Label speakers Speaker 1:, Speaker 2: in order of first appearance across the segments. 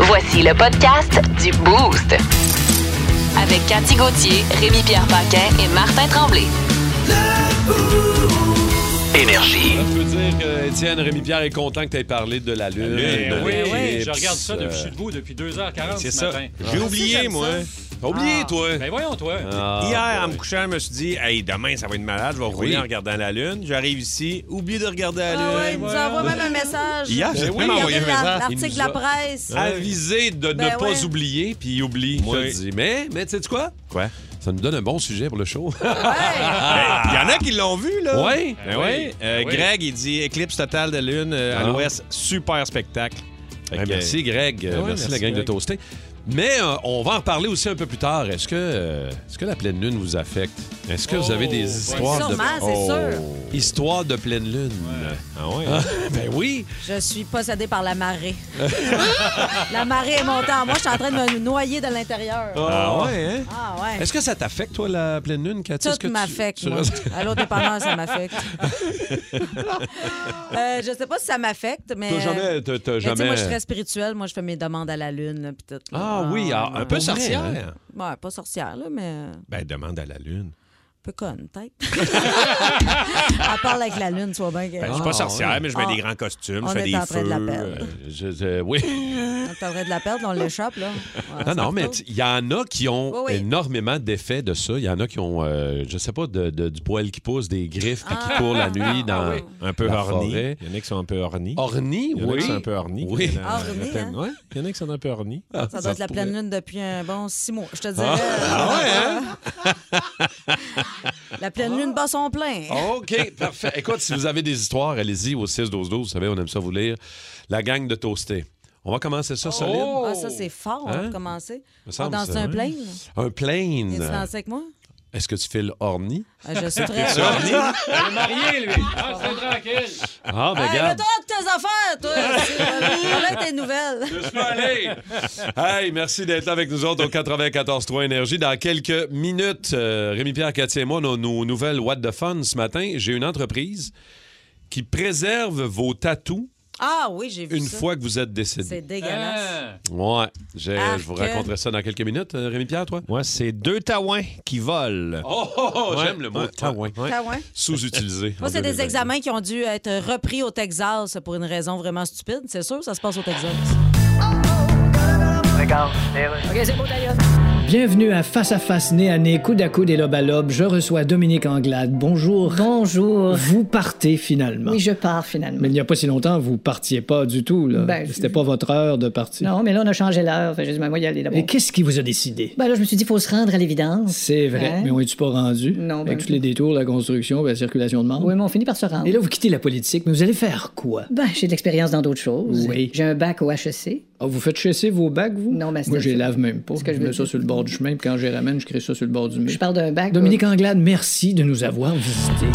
Speaker 1: Voici le podcast du Boost. Avec Cathy Gauthier, Rémi-Pierre Paquin et Martin Tremblay.
Speaker 2: Énergie.
Speaker 3: Là, je peux dire que Étienne Rémi-Pierre est content que tu aies parlé de la Lune.
Speaker 4: Ben
Speaker 3: de
Speaker 4: oui,
Speaker 3: l'éclipse,
Speaker 4: je regarde ça depuis, je suis
Speaker 3: euh,
Speaker 4: debout depuis 2h40
Speaker 5: C'est
Speaker 4: ce
Speaker 5: ça.
Speaker 4: matin. Ah.
Speaker 5: J'ai oublié, moi.
Speaker 3: T'as oublié, toi.
Speaker 4: Ben voyons, toi.
Speaker 3: Ah, Ben
Speaker 5: Hier, en
Speaker 3: boy.
Speaker 5: me couchant, je me suis dit, hey, demain, ça va être malade, je vais rouler en regardant la Lune. J'arrive ici, oublie de regarder la
Speaker 6: Ah ouais, il
Speaker 5: Lune.
Speaker 6: nous envoie même un message.
Speaker 5: Hier, j'ai
Speaker 6: J'ai
Speaker 5: même envoyé un
Speaker 6: regardé la-
Speaker 5: message.
Speaker 3: euh,
Speaker 6: L'article de la presse.
Speaker 3: Avisé de ne
Speaker 6: Ben
Speaker 3: pas
Speaker 6: ouais.
Speaker 3: oublier, puis il oublie.
Speaker 5: Oui.
Speaker 3: Je te dis, mais, mais tu sais quoi?
Speaker 5: Quoi?
Speaker 3: Ça nous donne un bon sujet pour le show. Ben,
Speaker 6: Ouais.
Speaker 5: Il Ben, y en a qui l'ont vu, là.
Speaker 3: Ouais.
Speaker 5: Ben
Speaker 4: Ah
Speaker 5: oui.
Speaker 4: oui.
Speaker 5: Euh,
Speaker 4: Ah oui.
Speaker 5: Greg, il dit éclipse totale de Lune euh, à
Speaker 3: Ah.
Speaker 5: l'ouest. Super spectacle. Fait
Speaker 3: Ben,
Speaker 5: que-
Speaker 3: merci, Greg. Euh,
Speaker 5: Ah ouais,
Speaker 3: merci, la
Speaker 5: merci,
Speaker 3: gang de
Speaker 5: Greg.
Speaker 3: Toasté. Mais euh, on va en parler aussi un peu plus tard. Est-ce que, euh, est-ce que la pleine lune vous affecte? Est-ce que vous
Speaker 4: Oh,
Speaker 3: avez des
Speaker 4: ouais.
Speaker 3: histoires de... Oh.
Speaker 6: Sûrement, c'est sûr.
Speaker 3: Histoires de pleine lune.
Speaker 5: Ah ouais.
Speaker 3: ben oui.
Speaker 6: Je suis possédée par la marée. la marée est montée en moi. Je suis en train de me noyer de l'intérieur.
Speaker 5: Ah ouais, hein?
Speaker 6: Ah ouais.
Speaker 3: Est-ce que ça t'affecte, toi, la pleine lune, Cathy? Est-ce que
Speaker 6: Tout
Speaker 3: Ah, tu-
Speaker 6: m'affecte,
Speaker 3: tu
Speaker 6: moi.
Speaker 3: restes-
Speaker 6: À l'autre dépanneur, ça m'affecte. euh, je sais pas si ça m'affecte, mais...
Speaker 3: T'as jamais... t'as- t'as
Speaker 6: mais tu sais,
Speaker 3: jamais...
Speaker 6: moi, je suis très spirituelle. Moi, je fais mes demandes à la lune, là, puis tout. là.
Speaker 3: Ah oui, ah, un peu
Speaker 6: ouais.
Speaker 3: sorcière. hein?
Speaker 6: Ouais, pas sorcière, là, mais un
Speaker 5: Ben, demande à la Lune.
Speaker 6: peu conne, peut-être. Elle parle avec la lune, soit bien.
Speaker 5: Ben, je
Speaker 6: qu'elle-
Speaker 5: suis
Speaker 3: Ah,
Speaker 5: pas sorcière,
Speaker 6: ouais.
Speaker 5: mais je mets
Speaker 6: Ah.
Speaker 5: des grands costumes,
Speaker 6: On
Speaker 5: je fais
Speaker 6: est
Speaker 5: des
Speaker 6: en train
Speaker 5: feux.
Speaker 6: de la perdre.
Speaker 5: euh,
Speaker 3: Je- je- oui.
Speaker 6: On est en train de la perdre, on l'échappe, là. Ouais,
Speaker 3: Non,
Speaker 6: ça
Speaker 3: non,
Speaker 6: se
Speaker 3: mais
Speaker 6: trouve.
Speaker 3: il y en a qui ont
Speaker 6: Oui, oui.
Speaker 3: énormément d'effets de ça. Il y en a qui ont, euh, je sais pas, de- de- du poil qui pousse, des griffes puis
Speaker 6: Ah.
Speaker 3: qui courent la nuit dans...
Speaker 5: Un peu
Speaker 3: La
Speaker 5: horny.
Speaker 3: forêt.
Speaker 5: Il y en a qui sont un peu horny.
Speaker 3: Orni,
Speaker 5: Il y en a
Speaker 3: oui.
Speaker 5: qui sont un peu horny.
Speaker 3: Oui. Ah,
Speaker 5: Il y en a-
Speaker 6: Horny,
Speaker 5: la pleine-
Speaker 6: hein?
Speaker 5: ouais, Il y en a qui sont un peu horny.
Speaker 6: Ça doit être la pleine lune depuis un bon six mois.
Speaker 5: Ah.
Speaker 6: Je te dirais.
Speaker 5: hein?
Speaker 6: la pleine lune bat son plein. Ah,
Speaker 3: OK, parfait. Écoute, si vous avez des histoires, allez-y au 6-12-12. Vous savez, on aime ça vous lire. La gang de Toasté. On va commencer ça solide.
Speaker 5: Oh.
Speaker 6: Ah, ça, c'est fort,
Speaker 3: Hein?
Speaker 6: pour commencer.
Speaker 3: Me
Speaker 6: On
Speaker 3: semble
Speaker 6: danse
Speaker 3: ça,
Speaker 6: un
Speaker 3: oui.
Speaker 6: plein.
Speaker 3: Un
Speaker 6: Tu
Speaker 5: Euh.
Speaker 3: plane.
Speaker 6: danses avec moi?
Speaker 3: Est-ce que tu files orni?
Speaker 6: Ah, Je suis très fort.
Speaker 4: Il est marié, lui. Ah, c'est tranquille.
Speaker 3: Ah, ben,
Speaker 6: Hey,
Speaker 3: regarde.
Speaker 6: toi tes affaires, toi! euh, On a tes nouvelles.
Speaker 3: Je peux aller. Hey, merci d'être là avec nous autres au 94.3 Énergie. Dans quelques minutes, euh, Rémi-Pierre, Cathy et moi, nos, nos nouvelles What the Fun ce matin. J'ai une entreprise qui préserve vos tatous
Speaker 6: Ah oui, j'ai vu
Speaker 3: une
Speaker 6: ça.
Speaker 3: fois que vous êtes décédé.
Speaker 6: C'est dégueulasse.
Speaker 3: Ah. Ouais, j'ai-
Speaker 6: Arc.
Speaker 3: je vous raconterai ça dans quelques minutes, euh, Rémi Pierre, toi.
Speaker 5: Moi, c'est deux taouins qui volent.
Speaker 3: Oh, oh, oh,
Speaker 5: Ouais,
Speaker 3: j'aime le mot
Speaker 5: ouais,
Speaker 3: taouin.
Speaker 5: ouais, ouais.
Speaker 6: Ah ouais?
Speaker 3: Sous-utilisé.
Speaker 6: Moi,
Speaker 3: en
Speaker 6: c'est des
Speaker 3: 2020.
Speaker 6: examens qui ont dû être repris au Texas pour une raison vraiment stupide. C'est sûr, ça se passe au Texas.
Speaker 7: Bienvenue à Face à Face, nez à nez, coude à coude et lobe à lobe. Je reçois Dominique Anglade. Bonjour.
Speaker 8: Bonjour.
Speaker 7: Vous partez finalement.
Speaker 8: Oui, je pars finalement.
Speaker 7: Mais il n'y a pas si longtemps, vous partiez pas du tout. Là.
Speaker 8: Ben,
Speaker 7: C'était
Speaker 8: je-
Speaker 7: pas votre heure de partir.
Speaker 8: Non, mais là, on a changé l'heure. Fait que J'ai dit, ben, moi, y aller d'abord.
Speaker 7: Et qu'est-ce qui vous a décidé?
Speaker 8: Ben là, je me suis dit, il faut se rendre à l'évidence.
Speaker 7: C'est vrai,
Speaker 8: Hein?
Speaker 7: mais on est-tu pas rendu?
Speaker 8: Non, ben-
Speaker 7: Avec tous les détours, la construction, la circulation de membres.
Speaker 8: Oui, mais on finit par se rendre.
Speaker 7: Et là, vous quittez la politique, mais vous allez faire quoi?
Speaker 8: Ben, j'ai de l'expérience dans d'autres choses.
Speaker 7: Oui.
Speaker 8: J'ai un bac au E HEC.
Speaker 7: Ah, vous faites chasser vos bacs, vous?
Speaker 8: Non, ben, c'est-
Speaker 7: Moi, je les lave même pas.
Speaker 8: C'est ce que je
Speaker 7: mets
Speaker 8: veux
Speaker 7: ça
Speaker 8: dire.
Speaker 7: sur le bord du chemin, puis quand je les ramène, je crée ça sur le bord du mur.
Speaker 8: Je parle d'un bac.
Speaker 7: Dominique Anglade, merci de nous avoir visités.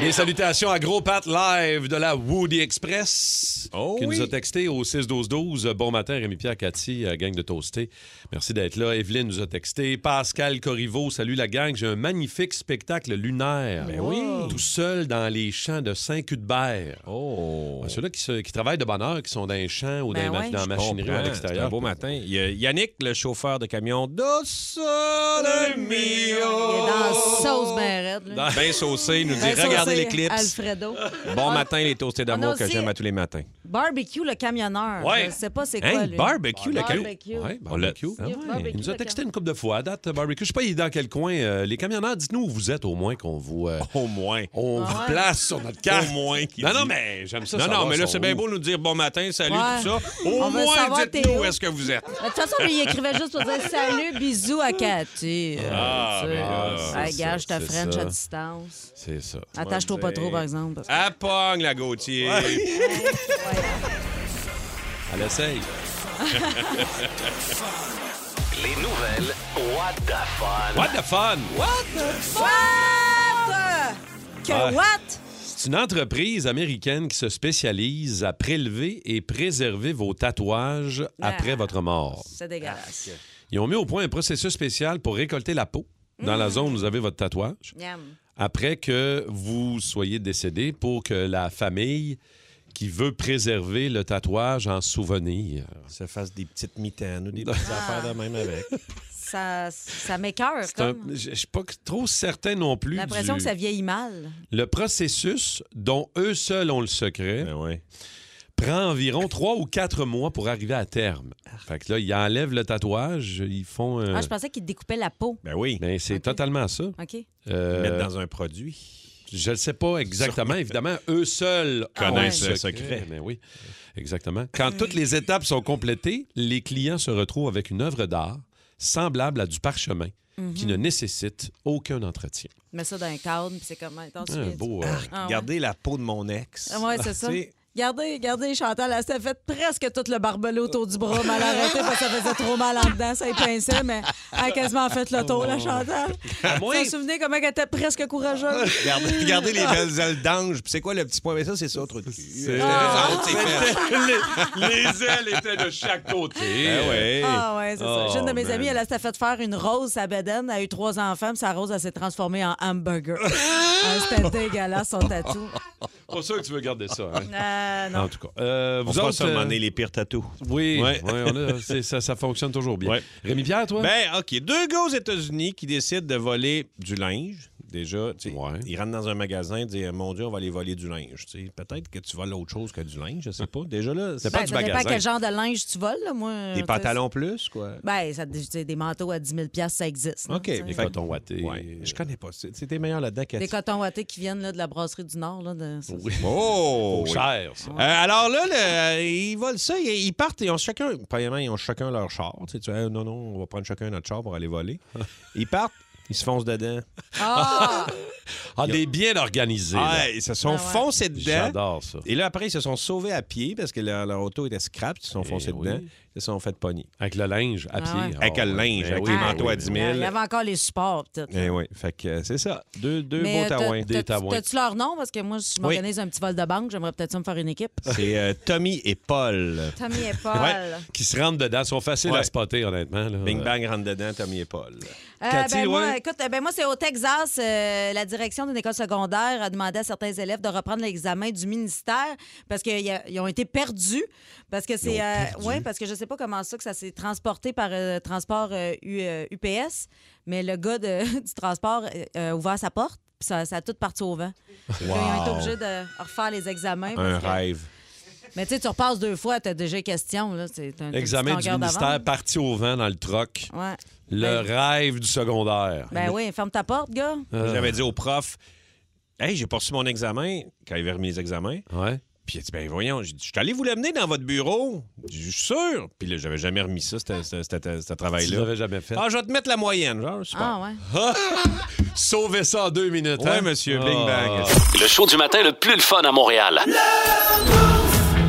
Speaker 3: Des salutations à Gros Pat Live de la Woody Express
Speaker 5: Oh
Speaker 3: qui
Speaker 5: oui.
Speaker 3: nous a texté au 6-12-12. Bon matin, Rémi-Pierre, Cathy, euh, gang de Toasté. Merci d'être là. Evelyne nous a texté. Pascal Corriveau, salut la gang. J'ai un magnifique spectacle lunaire.
Speaker 5: Ben
Speaker 3: oui. Tout seul dans les champs de Saint-Cuthbert.
Speaker 5: Oh.
Speaker 3: Ouais, Ceux-là qui, se- qui travaillent de bonne heure, qui sont dans les champs ou
Speaker 6: Ben
Speaker 3: dans, les ma-
Speaker 6: ouais.
Speaker 3: dans la
Speaker 6: Je
Speaker 3: machinerie
Speaker 5: Comprends,
Speaker 3: à
Speaker 5: c'est Un
Speaker 3: l'extérieur.
Speaker 5: beau matin. Il y a Yannick, le chauffeur de camion. Dos Sole
Speaker 6: Il
Speaker 5: Mio.
Speaker 6: est dans sauce bien raide, là.
Speaker 5: Ben saucé, il nous dit
Speaker 6: Ben saucé, Ah.
Speaker 5: regardez l'éclipse.
Speaker 6: Alfredo.
Speaker 5: Bon matin, les toastés
Speaker 6: On
Speaker 5: d'amour
Speaker 6: a
Speaker 5: que
Speaker 6: aussi-
Speaker 5: j'aime à tous les matins.
Speaker 6: Barbecue, le camionneur.
Speaker 3: Ouais.
Speaker 6: Je sais pas c'est quoi,
Speaker 5: Hein,
Speaker 6: lui.
Speaker 5: barbecue, le camion.
Speaker 6: Ah, Barbecue.
Speaker 3: Ouais,
Speaker 5: On l'a-
Speaker 3: barbecue.
Speaker 5: Ah
Speaker 6: Il y a
Speaker 5: ouais.
Speaker 6: barbecue,
Speaker 3: Il nous a
Speaker 6: le
Speaker 3: texté une couple de fois à date, euh, barbecue. Je sais pas dans quel coin. euh, les camionneurs, dites-nous où vous êtes au moins qu'on vous, euh,
Speaker 5: Au moins.
Speaker 3: on vous place sur notre carte.
Speaker 5: Au moins. qu'il
Speaker 3: Non,
Speaker 5: dit.
Speaker 3: non, mais j'aime ça.
Speaker 5: Non,
Speaker 3: savoir
Speaker 5: non, mais là,
Speaker 3: son
Speaker 5: c'est bien
Speaker 3: où.
Speaker 5: beau nous dire bon matin, salut,
Speaker 6: Ouais.
Speaker 5: tout ça. Au
Speaker 6: On veut
Speaker 5: moins,
Speaker 6: savoir t'es
Speaker 5: dites-nous
Speaker 6: où.
Speaker 5: où est-ce que vous êtes.
Speaker 6: De toute façon, lui, il écrivait juste pour dire salut, bisous à Cathy. Ah,
Speaker 3: euh, c'est ça,
Speaker 6: Gage, je te
Speaker 3: c'est
Speaker 6: French
Speaker 3: ça.
Speaker 6: à distance.
Speaker 3: C'est ça.
Speaker 6: Attache-toi pas trop, par exemple.
Speaker 5: À Pogne, la Gauthier.
Speaker 3: Elle essaye.
Speaker 2: Les nouvelles What the Fun.
Speaker 3: What the fun? What?
Speaker 6: What? Que
Speaker 3: Ouais.
Speaker 6: what?
Speaker 3: C'est une entreprise américaine qui se spécialise à prélever et préserver vos tatouages
Speaker 6: Ah.
Speaker 3: après votre mort.
Speaker 6: C'est dégueulasse.
Speaker 3: Ils ont mis au point un processus spécial pour récolter la peau dans
Speaker 6: Mm.
Speaker 3: la zone où vous avez votre tatouage
Speaker 6: Miam.
Speaker 3: après que vous soyez décédé pour que la famille qui veut préserver le tatouage en souvenir.
Speaker 5: se fasse des petites mitaines ou des petites affaires de même avec.
Speaker 6: Ça, ça m'écœure.
Speaker 3: C'est un-
Speaker 6: comme.
Speaker 3: Je je suis pas que- trop certain non plus.
Speaker 6: J'ai l'impression
Speaker 3: du-
Speaker 6: que ça vieillit mal.
Speaker 3: Le processus, dont eux seuls ont le secret,
Speaker 5: Ben ouais.
Speaker 3: prend environ trois ou quatre mois pour arriver à terme.
Speaker 5: Ah.
Speaker 3: Fait que là, ils enlèvent le tatouage, ils font. un-
Speaker 6: Ah, je pensais qu'il découpait la peau.
Speaker 5: Ben oui.
Speaker 3: Ben, c'est
Speaker 6: Ok.
Speaker 3: totalement ça.
Speaker 6: OK.
Speaker 3: Euh,
Speaker 5: Mettre dans un produit.
Speaker 3: Je ne sais pas exactement. Évidemment, eux seuls
Speaker 6: Ah
Speaker 5: Connaissent
Speaker 3: ont
Speaker 5: le secret.
Speaker 3: Mais oui, exactement. Quand toutes les
Speaker 6: Euh.
Speaker 3: étapes sont complétées, les clients se retrouvent avec une œuvre d'art semblable à du parchemin
Speaker 6: Mhm.
Speaker 3: qui ne nécessite aucun entretien.
Speaker 6: Mets ça dans un cadre, puis c'est comme. Attends,
Speaker 3: Un
Speaker 6: souviens-tu.
Speaker 3: beau. euh,
Speaker 6: Ah, ouais.
Speaker 5: Regardez la peau de mon ex.
Speaker 6: Ah ouais, c'est ça.
Speaker 5: Bah, Tu sais,
Speaker 6: Regardez, regardez, Chantal, elle s'est fait presque tout le barbelé autour du bras mal arrêté parce que ça faisait trop mal en dedans, ça épinçait, mais elle a quasiment fait le tour, la Chantal.
Speaker 3: À
Speaker 6: Vous
Speaker 3: moins-
Speaker 6: vous souvenez comment elle était presque courageuse?
Speaker 5: Regardez, regardez les belles ailes d'ange. Puis c'est quoi le petit point? Mais ça, c'est ça, trop de cul.
Speaker 3: Ah!
Speaker 6: Ben,
Speaker 3: les, les ailes étaient de chaque côté.
Speaker 5: Ben ouais.
Speaker 6: Ah ouais, c'est ça.
Speaker 3: Oh,
Speaker 6: J'ai une de mes
Speaker 3: man.
Speaker 6: amies, elle elle s'est fait faire une rose à Beden. Elle a eu trois enfants, puis sa rose, elle s'est transformée en hamburger. Ah, C'était dégueulasse, son tatou.
Speaker 3: Pas sûr que tu veux garder ça. hein?
Speaker 6: Euh, non.
Speaker 3: En tout cas, euh,
Speaker 5: On
Speaker 3: vous
Speaker 5: va
Speaker 3: autres,
Speaker 5: se demander
Speaker 3: euh,
Speaker 5: les pires tatous.
Speaker 3: Oui,
Speaker 5: Ouais.
Speaker 3: ouais, on a- c'est- ça, ça fonctionne toujours bien.
Speaker 5: Ouais.
Speaker 3: Rémi Pierre, toi?
Speaker 5: Ben, OK. Deux gars aux États-Unis qui décident de voler du linge. Déjà, tu sais,
Speaker 3: Ouais.
Speaker 5: ils rentrent dans un magasin et disent Mon Dieu, on va aller voler du linge. Tu sais, Peut-être que tu voles autre chose que du linge, je sais pas. Déjà là, c'est
Speaker 6: Ben,
Speaker 3: du
Speaker 6: ça dépend
Speaker 3: magasin.
Speaker 6: quel genre de linge tu voles, là, moi. tu
Speaker 5: des
Speaker 6: sais,
Speaker 5: pantalons plus, quoi.
Speaker 6: Ben, ça, tu sais, des manteaux à 10 000 ça existe. là,
Speaker 5: OK.
Speaker 6: tu sais.
Speaker 5: Des
Speaker 3: Les cotons wattés.
Speaker 5: Ouais, je connais pas. C'est c'est- t'es meilleur là-dedans,
Speaker 6: Des
Speaker 5: Cathy.
Speaker 6: cotons wattés qui viennent là, de la brasserie du Nord. Là, de...
Speaker 5: Oh! oui.
Speaker 3: Cher, ça.
Speaker 5: Euh, alors là, le- euh, ils volent ça, ils, ils partent, ils ont chacun, premièrement, ils ont chacun leur char. Tu sais, tu dis, Ah, non, non, on va prendre chacun notre char pour aller voler. ils partent, ils se foncent dedans.
Speaker 6: Ah!
Speaker 3: Ah, des bien organisés. là.
Speaker 5: Ah, ils se sont
Speaker 6: Ah ouais.
Speaker 5: foncés dedans.
Speaker 3: J'adore ça.
Speaker 5: Et là, après, ils se sont sauvés à pied parce que leur, leur auto était scrap. Ils se sont
Speaker 3: Eh
Speaker 5: foncés
Speaker 3: oui.
Speaker 5: dedans. Ils se sont fait pogner.
Speaker 3: Avec le linge à
Speaker 6: Ah
Speaker 3: pied.
Speaker 6: ouais.
Speaker 3: Ah
Speaker 5: Avec le
Speaker 3: ouais.
Speaker 5: linge,
Speaker 3: Ben
Speaker 5: avec
Speaker 3: oui,
Speaker 5: les
Speaker 3: ben
Speaker 5: manteaux
Speaker 3: oui,
Speaker 5: à
Speaker 3: ben
Speaker 5: 10
Speaker 6: Il
Speaker 5: 000.
Speaker 6: y avait encore les supports. pis tout.
Speaker 5: Eh oui, fait que euh, c'est ça. Deux, deux
Speaker 6: Mais
Speaker 5: beaux
Speaker 6: t'as-
Speaker 5: taouins.
Speaker 3: Des
Speaker 6: t'as-
Speaker 3: taouins.
Speaker 6: T'as-tu leur nom? Parce que moi, je m'organise un petit vol de banque. J'aimerais peut-être ça me faire une équipe.
Speaker 5: C'est euh, Tommy et Paul.
Speaker 6: Tommy et Paul.
Speaker 5: Ouais.
Speaker 3: Qui se rentrent dedans. Ils sont faciles
Speaker 5: Ouais.
Speaker 3: à spotter, honnêtement. là.
Speaker 5: Bing Bang rentre dedans, Tommy et Paul.
Speaker 6: Euh,
Speaker 3: Cathy,
Speaker 6: ben, moi,
Speaker 3: ouais.
Speaker 6: écoute, ben moi, c'est au Texas. euh, la direction d'une école secondaire a demandé à certains élèves de reprendre l'examen du ministère parce qu'ils ont été perdus. Parce que c'est. euh, ouais, parce que je sais pas comment ça que ça s'est transporté par euh, transport euh, U- euh, UPS, mais le gars de- du transport euh, euh, a ouvert sa porte. puis Ça, ça a tout parti au vent. Puis là, Ils ont été obligés de refaire les examens.
Speaker 5: Un
Speaker 6: parce que-
Speaker 5: rêve.
Speaker 6: Mais tu sais, tu repasses deux fois, tu as déjà question. Là, c'est un-
Speaker 3: Examen
Speaker 6: une petite
Speaker 3: du
Speaker 6: longueur
Speaker 3: ministère,
Speaker 6: d'avance.
Speaker 3: parti au vent dans le troc.
Speaker 6: Ouais.
Speaker 3: Le
Speaker 6: Ben-
Speaker 3: rêve du secondaire.
Speaker 6: Ben oui, ferme ta porte, gars.
Speaker 3: Euh.
Speaker 5: Moi, J'avais dit au prof, Hey, j'ai pas reçu mon examen quand il avait remis les examens.
Speaker 3: Ouais.
Speaker 5: Puis il a dit, ben voyons, j'ai dit, je suis allé vous l'amener dans votre bureau. J'ai dit, Je suis sûr. Puis là, j'avais jamais remis ça, c'était- c'était- c'était- ce
Speaker 3: Tu
Speaker 5: travail-là.
Speaker 3: l'avais jamais fait.
Speaker 5: Ah, je vais te mettre la moyenne. Genre, super.
Speaker 6: Ah ouais.
Speaker 3: Sauvez ça en deux minutes.
Speaker 5: Ouais,
Speaker 3: hein?
Speaker 5: monsieur,
Speaker 3: Ah.
Speaker 5: bing bang.
Speaker 2: Le show du matin le plus le fun à Montréal.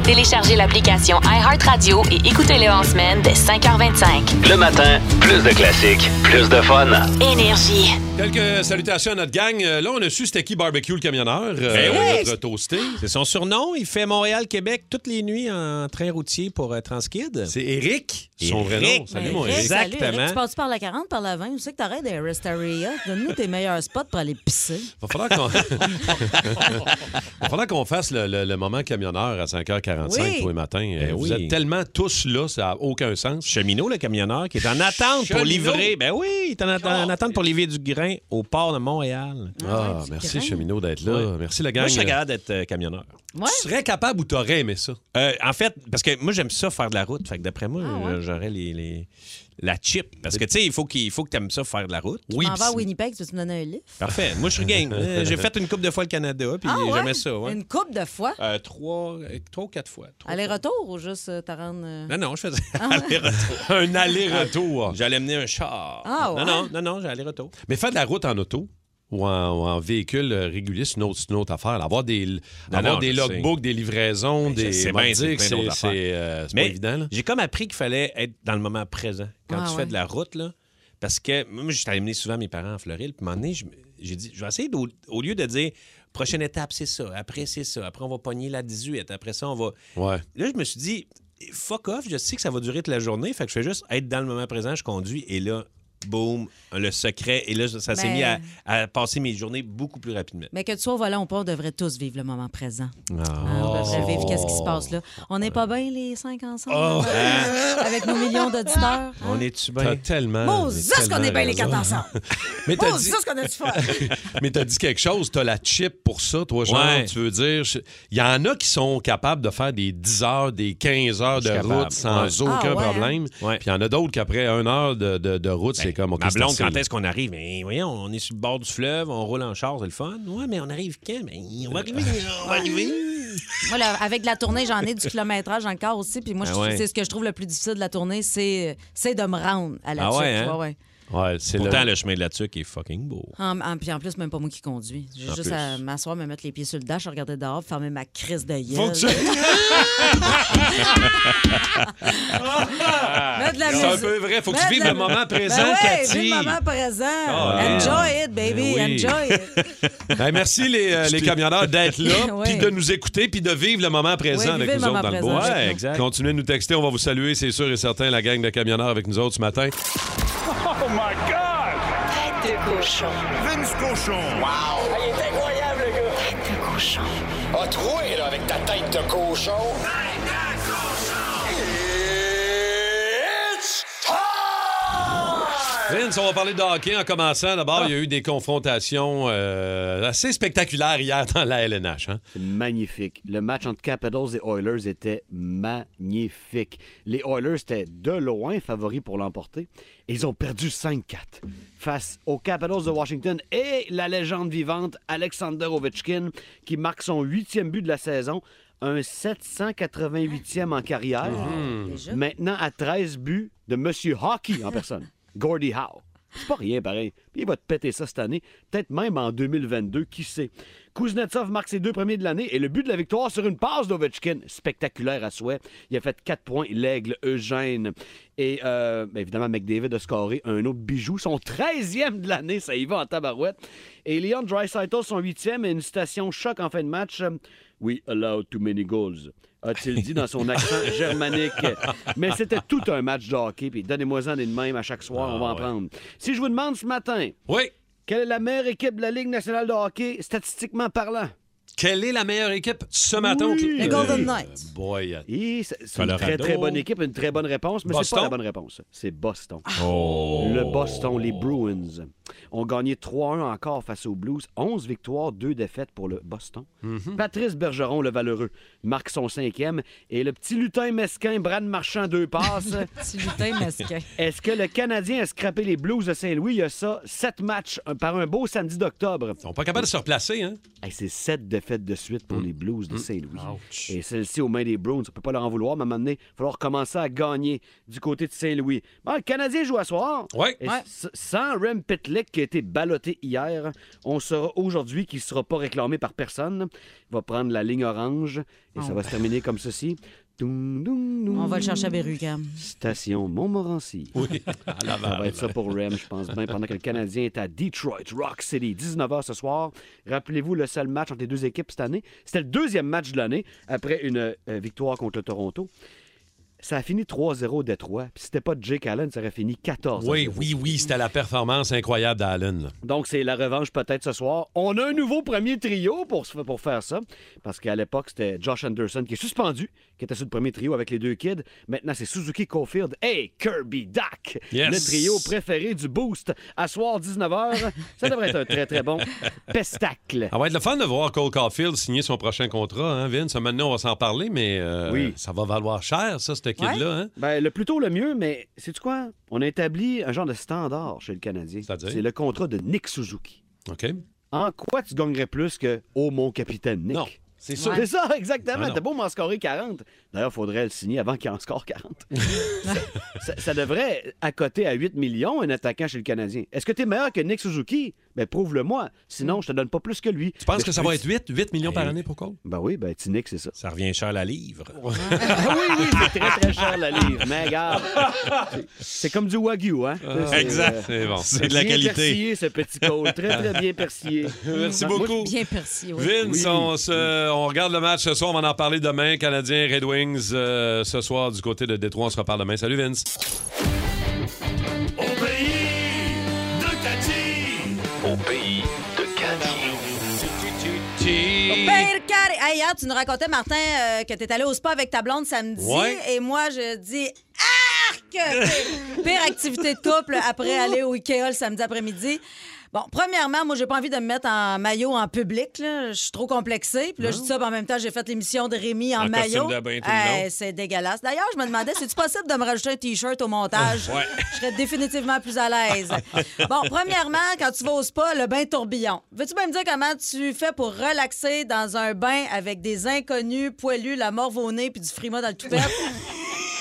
Speaker 1: Téléchargez l'application iHeartRadio et écoutez-le en semaine dès 5h25.
Speaker 2: Le matin, plus de classiques, plus de fun.
Speaker 1: Énergie.
Speaker 3: Quelques salutations à notre gang. Euh, Là, on a su c'était qui Barbecue le camionneur. euh,
Speaker 5: Ben oui.
Speaker 3: notre toasté.
Speaker 5: C'est son surnom. Il fait Montréal-Québec toutes les nuits en train routier pour euh, Transkid.
Speaker 3: C'est Eric. Son
Speaker 5: Eric.
Speaker 3: vrai nom. Salut,
Speaker 5: Ben,
Speaker 3: mon
Speaker 5: Eric.
Speaker 3: Eric.
Speaker 6: Salut, Eric,
Speaker 5: Exactement.
Speaker 6: tu passes par la 40, par la 20. Tu sais que t'arrêtes euh, des Rest Area. Donne-nous tes meilleurs spots pour aller pisser.
Speaker 3: Va falloir qu'on Va falloir qu'on fasse le, le- le moment camionneur à 5h45
Speaker 6: Oui.
Speaker 3: tous les matins. Euh, Vous
Speaker 5: oui.
Speaker 3: êtes tellement tous là, ça n'a aucun sens.
Speaker 5: Cheminot, le camionneur, qui est en attente pour
Speaker 3: Cheminot. Oh,
Speaker 5: livrer. Ben oui, il est en, atta- en attente pour livrer du grain au port de Montréal.
Speaker 3: Ah,
Speaker 6: ouais, du
Speaker 3: merci
Speaker 6: grain.
Speaker 3: Cheminot d'être là.
Speaker 5: Ouais.
Speaker 3: Merci la gang.
Speaker 5: Moi, je serais capable d'être euh, camionneur.
Speaker 6: Ouais.
Speaker 3: Tu serais capable ou t'aurais aimé ça?
Speaker 5: Euh, en fait, parce que moi, j'aime ça faire de la route. Fait que d'après moi,
Speaker 6: Ah ouais?
Speaker 5: euh, j'aurais les, les- la chip. Parce que, tu sais, il faut, qu'il faut que tu aimes ça faire de la route.
Speaker 6: Oui, m'en
Speaker 5: pis
Speaker 6: vas à
Speaker 5: c'est-
Speaker 6: Winnipeg, tu peux me donner un livre?
Speaker 5: Parfait. Moi, je suis game. Euh, J'ai fait une coupe de fois le Canada, puis
Speaker 6: Ah, ouais?
Speaker 5: j'aimais ça. ouais.
Speaker 6: Une coupe de fois.
Speaker 5: Euh, trois, euh, trois ou quatre fois. Trois,
Speaker 6: Aller-retour ou juste euh, te rendre. euh,
Speaker 5: Non, non, je faisais aller-retour.
Speaker 3: Ah. Un aller-retour.
Speaker 5: J'allais mener un char.
Speaker 6: Ah, ouais?
Speaker 5: Non, non, non, non, j'allais retour.
Speaker 3: Mais faire de la route en auto ou en, ou en véhicule euh, régulier, c'est une autre, c'est une autre affaire. là. Avoir des, avoir
Speaker 5: non,
Speaker 3: des
Speaker 5: je
Speaker 3: logbooks, des livraisons,
Speaker 5: je
Speaker 3: des.
Speaker 5: sais
Speaker 3: va
Speaker 5: bien,
Speaker 3: te
Speaker 5: c'est
Speaker 3: dire que
Speaker 5: plein
Speaker 3: c'est
Speaker 5: d'autres affaires.
Speaker 3: c'est, euh, c'est pas
Speaker 5: Mais
Speaker 3: évident. là.
Speaker 5: j'ai comme appris qu'il fallait être dans le moment présent quand
Speaker 6: Ah,
Speaker 5: tu
Speaker 6: ouais.
Speaker 5: fais de la route. Là, parce que moi, j'étais amené souvent mes parents en Floride. Puis à un moment donné, je me- j'ai dit, je vais essayer d'au- au lieu de dire prochaine étape, c'est ça. Après, c'est ça. Après, on va pogner la 18. Après ça, on va.
Speaker 3: Ouais.
Speaker 5: Là, je me suis dit, fuck off. Je sais que ça va durer toute la journée. Fait que je fais juste être dans le moment présent. Je conduis et là, boum, le secret. Et là, ça s'est
Speaker 6: Ben-
Speaker 5: mis à, à passer mes journées beaucoup plus rapidement.
Speaker 6: Mais que tu sois au volant ou pas, on devrait tous vivre le moment présent.
Speaker 5: Ah.
Speaker 6: Hein, on devrait vivre qu'est-ce qui se passe là. On n'est pas bien les cinq ensemble
Speaker 5: Oh.
Speaker 6: hein, avec nos millions d'auditeurs. hein?
Speaker 5: On est-tu
Speaker 3: T'as
Speaker 5: bien?
Speaker 3: tellement.
Speaker 6: Moses,
Speaker 3: tellement
Speaker 6: qu'on est bien les
Speaker 3: raison.
Speaker 6: quatre ensemble.
Speaker 3: Mais t'as
Speaker 6: Moses,
Speaker 3: dit-
Speaker 6: Oh, qu'on a du fun.
Speaker 3: Mais t'as dit quelque chose, t'as la chip pour ça, toi, genre,
Speaker 5: Ouais.
Speaker 3: tu veux dire. je- Il y en a qui sont capables de faire des 10 heures, des 15 heures
Speaker 5: Je
Speaker 3: de
Speaker 5: suis
Speaker 3: route
Speaker 5: capable,
Speaker 3: sans
Speaker 5: ouais.
Speaker 3: aucun
Speaker 6: Ah ouais,
Speaker 3: problème.
Speaker 5: Ouais. Ben,
Speaker 3: Puis il y en a d'autres qu'après une heure de, de- de route, c'est comme. OK,
Speaker 5: Ma
Speaker 3: c'est
Speaker 5: blonde,
Speaker 3: assez,
Speaker 5: quand
Speaker 3: là.
Speaker 5: est-ce qu'on arrive? Mais voyons, on est sur le bord du fleuve, on roule en char, c'est le fun. Ouais, mais on arrive quand? Ben, on va arriver, on va arriver.
Speaker 6: Moi, là, avec la tournée, j'en ai du kilométrage encore aussi. Puis moi, je
Speaker 5: Ah
Speaker 6: trouve-
Speaker 5: ouais.
Speaker 6: c'est ce que je trouve le plus difficile de la tournée, c'est euh, c'est de me rendre à la
Speaker 5: Ah
Speaker 6: tuque,
Speaker 5: ouais, hein?
Speaker 6: ouais, ouais.
Speaker 3: Ouais, c'est
Speaker 5: Pourtant,
Speaker 3: le-
Speaker 5: le chemin de la tuque est fucking beau.
Speaker 6: En, en- puis en plus, même pas moi qui conduis. J'ai
Speaker 5: En
Speaker 6: juste à
Speaker 5: plus.
Speaker 6: m'asseoir, me mettre les pieds sur le dash, regarder dehors, puis fermer ma crise de gueule. Mettre de la
Speaker 3: C'est un
Speaker 6: musique.
Speaker 3: peu vrai. Faut que
Speaker 6: Ben,
Speaker 3: tu vives
Speaker 6: la-
Speaker 3: le moment
Speaker 6: Ben
Speaker 3: présent,
Speaker 6: ouais,
Speaker 3: Cathy.
Speaker 6: vive le moment présent.
Speaker 3: Ah,
Speaker 6: Enjoy it, baby.
Speaker 3: Ben oui.
Speaker 6: Enjoy it.
Speaker 3: Ben, merci les, euh, les camionneurs d'être là,
Speaker 6: Ouais.
Speaker 3: puis de nous écouter, puis de vivre le moment
Speaker 6: Ouais,
Speaker 3: présent avec
Speaker 6: vivez le
Speaker 3: nous autres
Speaker 6: moment
Speaker 3: dans le
Speaker 6: présent
Speaker 3: bois.
Speaker 6: avec nous.
Speaker 5: exact.
Speaker 3: Continuez de nous texter, on va vous saluer, c'est sûr et certain, la gang de camionneurs avec nous autres ce matin.
Speaker 1: Tête de cochon.
Speaker 9: Oh Vince Cochon.
Speaker 2: Ah, il est incroyable, le gars!
Speaker 1: Tête de cochon.
Speaker 9: A troué, là, avec ta tête de cochon. Tête de cochon! It's time!
Speaker 3: Vince, on va parler de hockey en commençant. D'abord, il y a eu des confrontations euh, assez spectaculaires hier dans la LNH. hein.
Speaker 10: Magnifique. Le match entre Capitals et Oilers était magnifique. Les Oilers étaient de loin favoris pour l'emporter. et Ils ont perdu 5-4 face aux Capitals de Washington et la légende vivante Alexander Ovechkin qui marque son huitième but de la saison, un 788e en carrière,
Speaker 6: Déjà?
Speaker 10: maintenant à 13 buts de Monsieur Hockey en personne, Gordie Howe. C'est pas rien pareil. Puis Il va te péter ça cette année, peut-être même en 2022, qui sait. Kuznetsov marque ses deux premiers de l'année et le but de la victoire sur une passe d'Ovechkin. Spectaculaire à souhait. Il a fait 4 points, l'aigle Eugène. Et euh, ben, évidemment, McDavid a scoré un autre bijou, son 13e de l'année, ça y va en tabarouette. Et Leon Dreisaitl, son 8e, et une citation choc en fin de match. euh, We allow too many goals a-t-il dit dans son accent germanique. Mais c'était tout un match de hockey, puis donnez-moi-en des de même à chaque soir, on va en prendre. Si je vous demande ce matin,
Speaker 3: Ah, Oui.
Speaker 10: quelle est la meilleure équipe de la Ligue nationale de hockey, statistiquement parlant?
Speaker 3: Quelle est la meilleure équipe ce matin? au cl-
Speaker 10: Les
Speaker 3: Euh,
Speaker 6: Golden Knights.
Speaker 3: boy, euh,
Speaker 10: Et c'est c'est une
Speaker 5: Colorado.
Speaker 10: très, très bonne équipe, une très bonne réponse, mais c'est
Speaker 3: Boston? Ah. Oh.
Speaker 10: pas la bonne réponse. C'est Boston. Le Boston, les Bruins, ont gagné 3-1 encore face aux Blues. 11 victoires, 2 défaites pour le Boston.
Speaker 3: Mhm.
Speaker 10: Patrice Bergeron, le valeureux, marque son cinquième. Et le petit lutin mesquin, Brad Marchand, deux passes.
Speaker 6: Petit lutin masquin.
Speaker 10: Est-ce que le Canadien a scrappé les Blues de Saint-Louis? Il y a ça, sept matchs un- par un beau samedi d'octobre.
Speaker 3: Ils sont pas capables de Mm. se replacer, hein?
Speaker 10: Hey, c'est sept défaites de suite pour les Blues de Saint-Louis. Et celle-ci aux mains des Bruins, on peut pas leur en vouloir, mais à un moment donné, il va falloir commencer à gagner du côté de Saint-Louis. Bon, le Canadien joue à soir.
Speaker 3: Ouais.
Speaker 10: Et
Speaker 6: Ouais.
Speaker 10: s- Sans Rem Pitlick qui a été ballotté hier, on saura aujourd'hui qu'il ne sera pas réclamé par personne. Il va prendre la ligne orange
Speaker 6: Oh.
Speaker 10: et ça va se terminer comme ceci. Doum, doum, doum.
Speaker 6: On va le chercher à Berrucam.
Speaker 10: Station Montmorency.
Speaker 3: Oui. Ah, À
Speaker 10: Ça
Speaker 3: Laval.
Speaker 10: va être ça pour Rem, je pense bien, pendant que le Canadien est à Detroit, Rock City, 19h ce soir. Rappelez-vous le seul match entre les deux équipes cette année. C'était le deuxième match de l'année après une euh, victoire contre le Toronto. Ça a fini 3-0 Détroit. Puis c'était pas Jake Allen, Oh, ça aurait fini 14
Speaker 3: Oui, oui, oui, c'était la performance incroyable d'Allen. là.
Speaker 10: Donc, c'est la revanche peut-être ce soir. On a un nouveau premier trio pour, se- pour faire ça. Parce qu'à l'époque, c'était Josh Anderson qui est suspendu, qui était sur le premier trio avec les deux kids. Maintenant, c'est Suzuki Caulfield et Kirby Duck.
Speaker 3: Yes.
Speaker 10: Le trio préféré du Boost. À soir, 19h. Ça devrait être un très, très bon pestacle.
Speaker 3: Ça va être le fun de voir Cole Caulfield signer son prochain contrat, hein, Vince? Maintenant, on va s'en parler, mais euh,
Speaker 10: Oui.
Speaker 3: ça va valoir cher, ça, ce kid-là. hein?
Speaker 10: Ben, le plus tôt, le mieux, mais c'est quoi? On a établi un genre de standard chez le Canadien.
Speaker 3: C'est-à-dire?
Speaker 10: C'est le contrat de Nick Suzuki.
Speaker 3: OK?
Speaker 10: En quoi tu gagnerais plus que Oh mon capitaine Nick?
Speaker 3: Non, c'est sûr.
Speaker 10: C'est ça, exactement.
Speaker 3: Ah non.
Speaker 10: T'as beau m'en scorer 40. D'ailleurs, faudrait le signer avant qu'il en score 40. ça, ça- ça devrait accoter à 8 millions un attaquant chez le Canadien. Est-ce que t'es meilleur que Nick Suzuki? Ben, prouve-le-moi. Sinon, je te donne pas plus que lui.
Speaker 3: Tu penses que ça va être 8, 8 millions par année pour Cole?
Speaker 10: Ben oui, ben, petit Nick, c'est ça.
Speaker 5: Ça revient cher la livre.
Speaker 10: Ah oui, oui, c'est très, très cher, la livre. Mais regarde, c'est- c'est comme du Wagyu, hein? C'est- euh,
Speaker 3: Ah. C'est bon.
Speaker 5: C'est de la
Speaker 10: bien
Speaker 5: qualité.
Speaker 10: persillé, ce petit
Speaker 6: Oh,
Speaker 10: Cole. Très, très bien persillé.
Speaker 3: Merci
Speaker 10: Moi,
Speaker 3: beaucoup.
Speaker 6: Bien persil, oui.
Speaker 3: Vince, on, se- on regarde le match ce soir. On va en parler demain. Canadien, Red Wings, euh, ce soir du côté de Détroit. On se reparle demain. Salut, Vince.
Speaker 9: Au pays
Speaker 2: au pays de
Speaker 6: Au
Speaker 2: Cathy.
Speaker 6: pire carré. Hey, hier, tu nous racontais, Martin, euh, que tu es allé au spa avec ta blonde samedi.
Speaker 3: Ouais.
Speaker 6: Et moi, je dis arc! Pire activité de couple après aller au Ikea le samedi après-midi. Bon, premièrement, moi, j'ai pas envie de me mettre en maillot en public. là. Je suis trop complexée. Puis là, je dis ça, puis en même temps, j'ai fait l'émission de Rémi en,
Speaker 5: En
Speaker 6: maillot.
Speaker 5: costume de bain tout le
Speaker 6: Hey,
Speaker 5: long.
Speaker 6: c'est dégueulasse. D'ailleurs, je me demandais, c'est-tu possible de me rajouter un T-shirt au montage?
Speaker 5: Ouais.
Speaker 6: Je serais définitivement plus à l'aise. Bon, premièrement, quand tu vas au spa, le bain tourbillon. Veux-tu bien me dire comment tu fais pour relaxer dans un bain avec des inconnus poilus, la morve au nez puis du frima dans le toupet?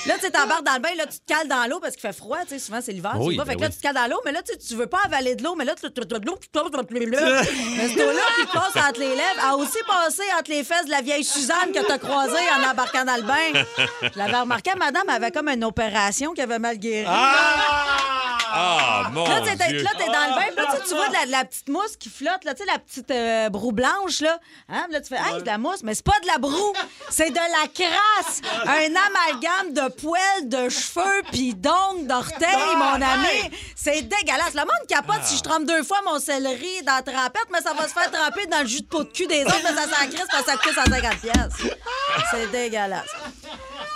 Speaker 6: Là, tu sais, t'embarques dans le bain, là, tu te cales dans l'eau parce qu'il fait froid, tu sais, souvent c'est l'hiver,
Speaker 3: Oui,
Speaker 6: tu y vas,
Speaker 3: ben
Speaker 6: fait que là,
Speaker 3: oui.
Speaker 6: tu te cales dans l'eau, mais là, tu sais, tu veux pas avaler de l'eau, mais là, tu tu- tu- tu- de l'eau, puis tu- tu- tu- tu- tu- là. Mais cette eau-là qui te passe entre les lèvres a aussi passé entre les fesses de la vieille Suzanne que t'as croisée en embarquant dans le bain. Je l'avais remarqué, madame avait comme une opération qui avait mal guéri.
Speaker 5: Ah, mon
Speaker 6: Là, t'es
Speaker 5: Dieu. Ah.
Speaker 6: là, t'es dans le bain, puis là, tu- tu vois de la, de la petite mousse qui flotte, là, tu sais, la petite euh, broue blanche, là. Hein? Puis Là, tu fais, hey, de la mousse, mais c'est pas de la broue, c'est de la crasse. Un amalgame de poils, de cheveux, puis d'ongles, d'orteils, mon ami. C'est dégueulasse. Le monde capote si je trempe deux fois mon céleri dans la trempette, mais ça va se faire tremper dans le jus de peau de cul des autres, mais ça s'en crisse parce que ça coûte 150 pièces. C'est dégueulasse.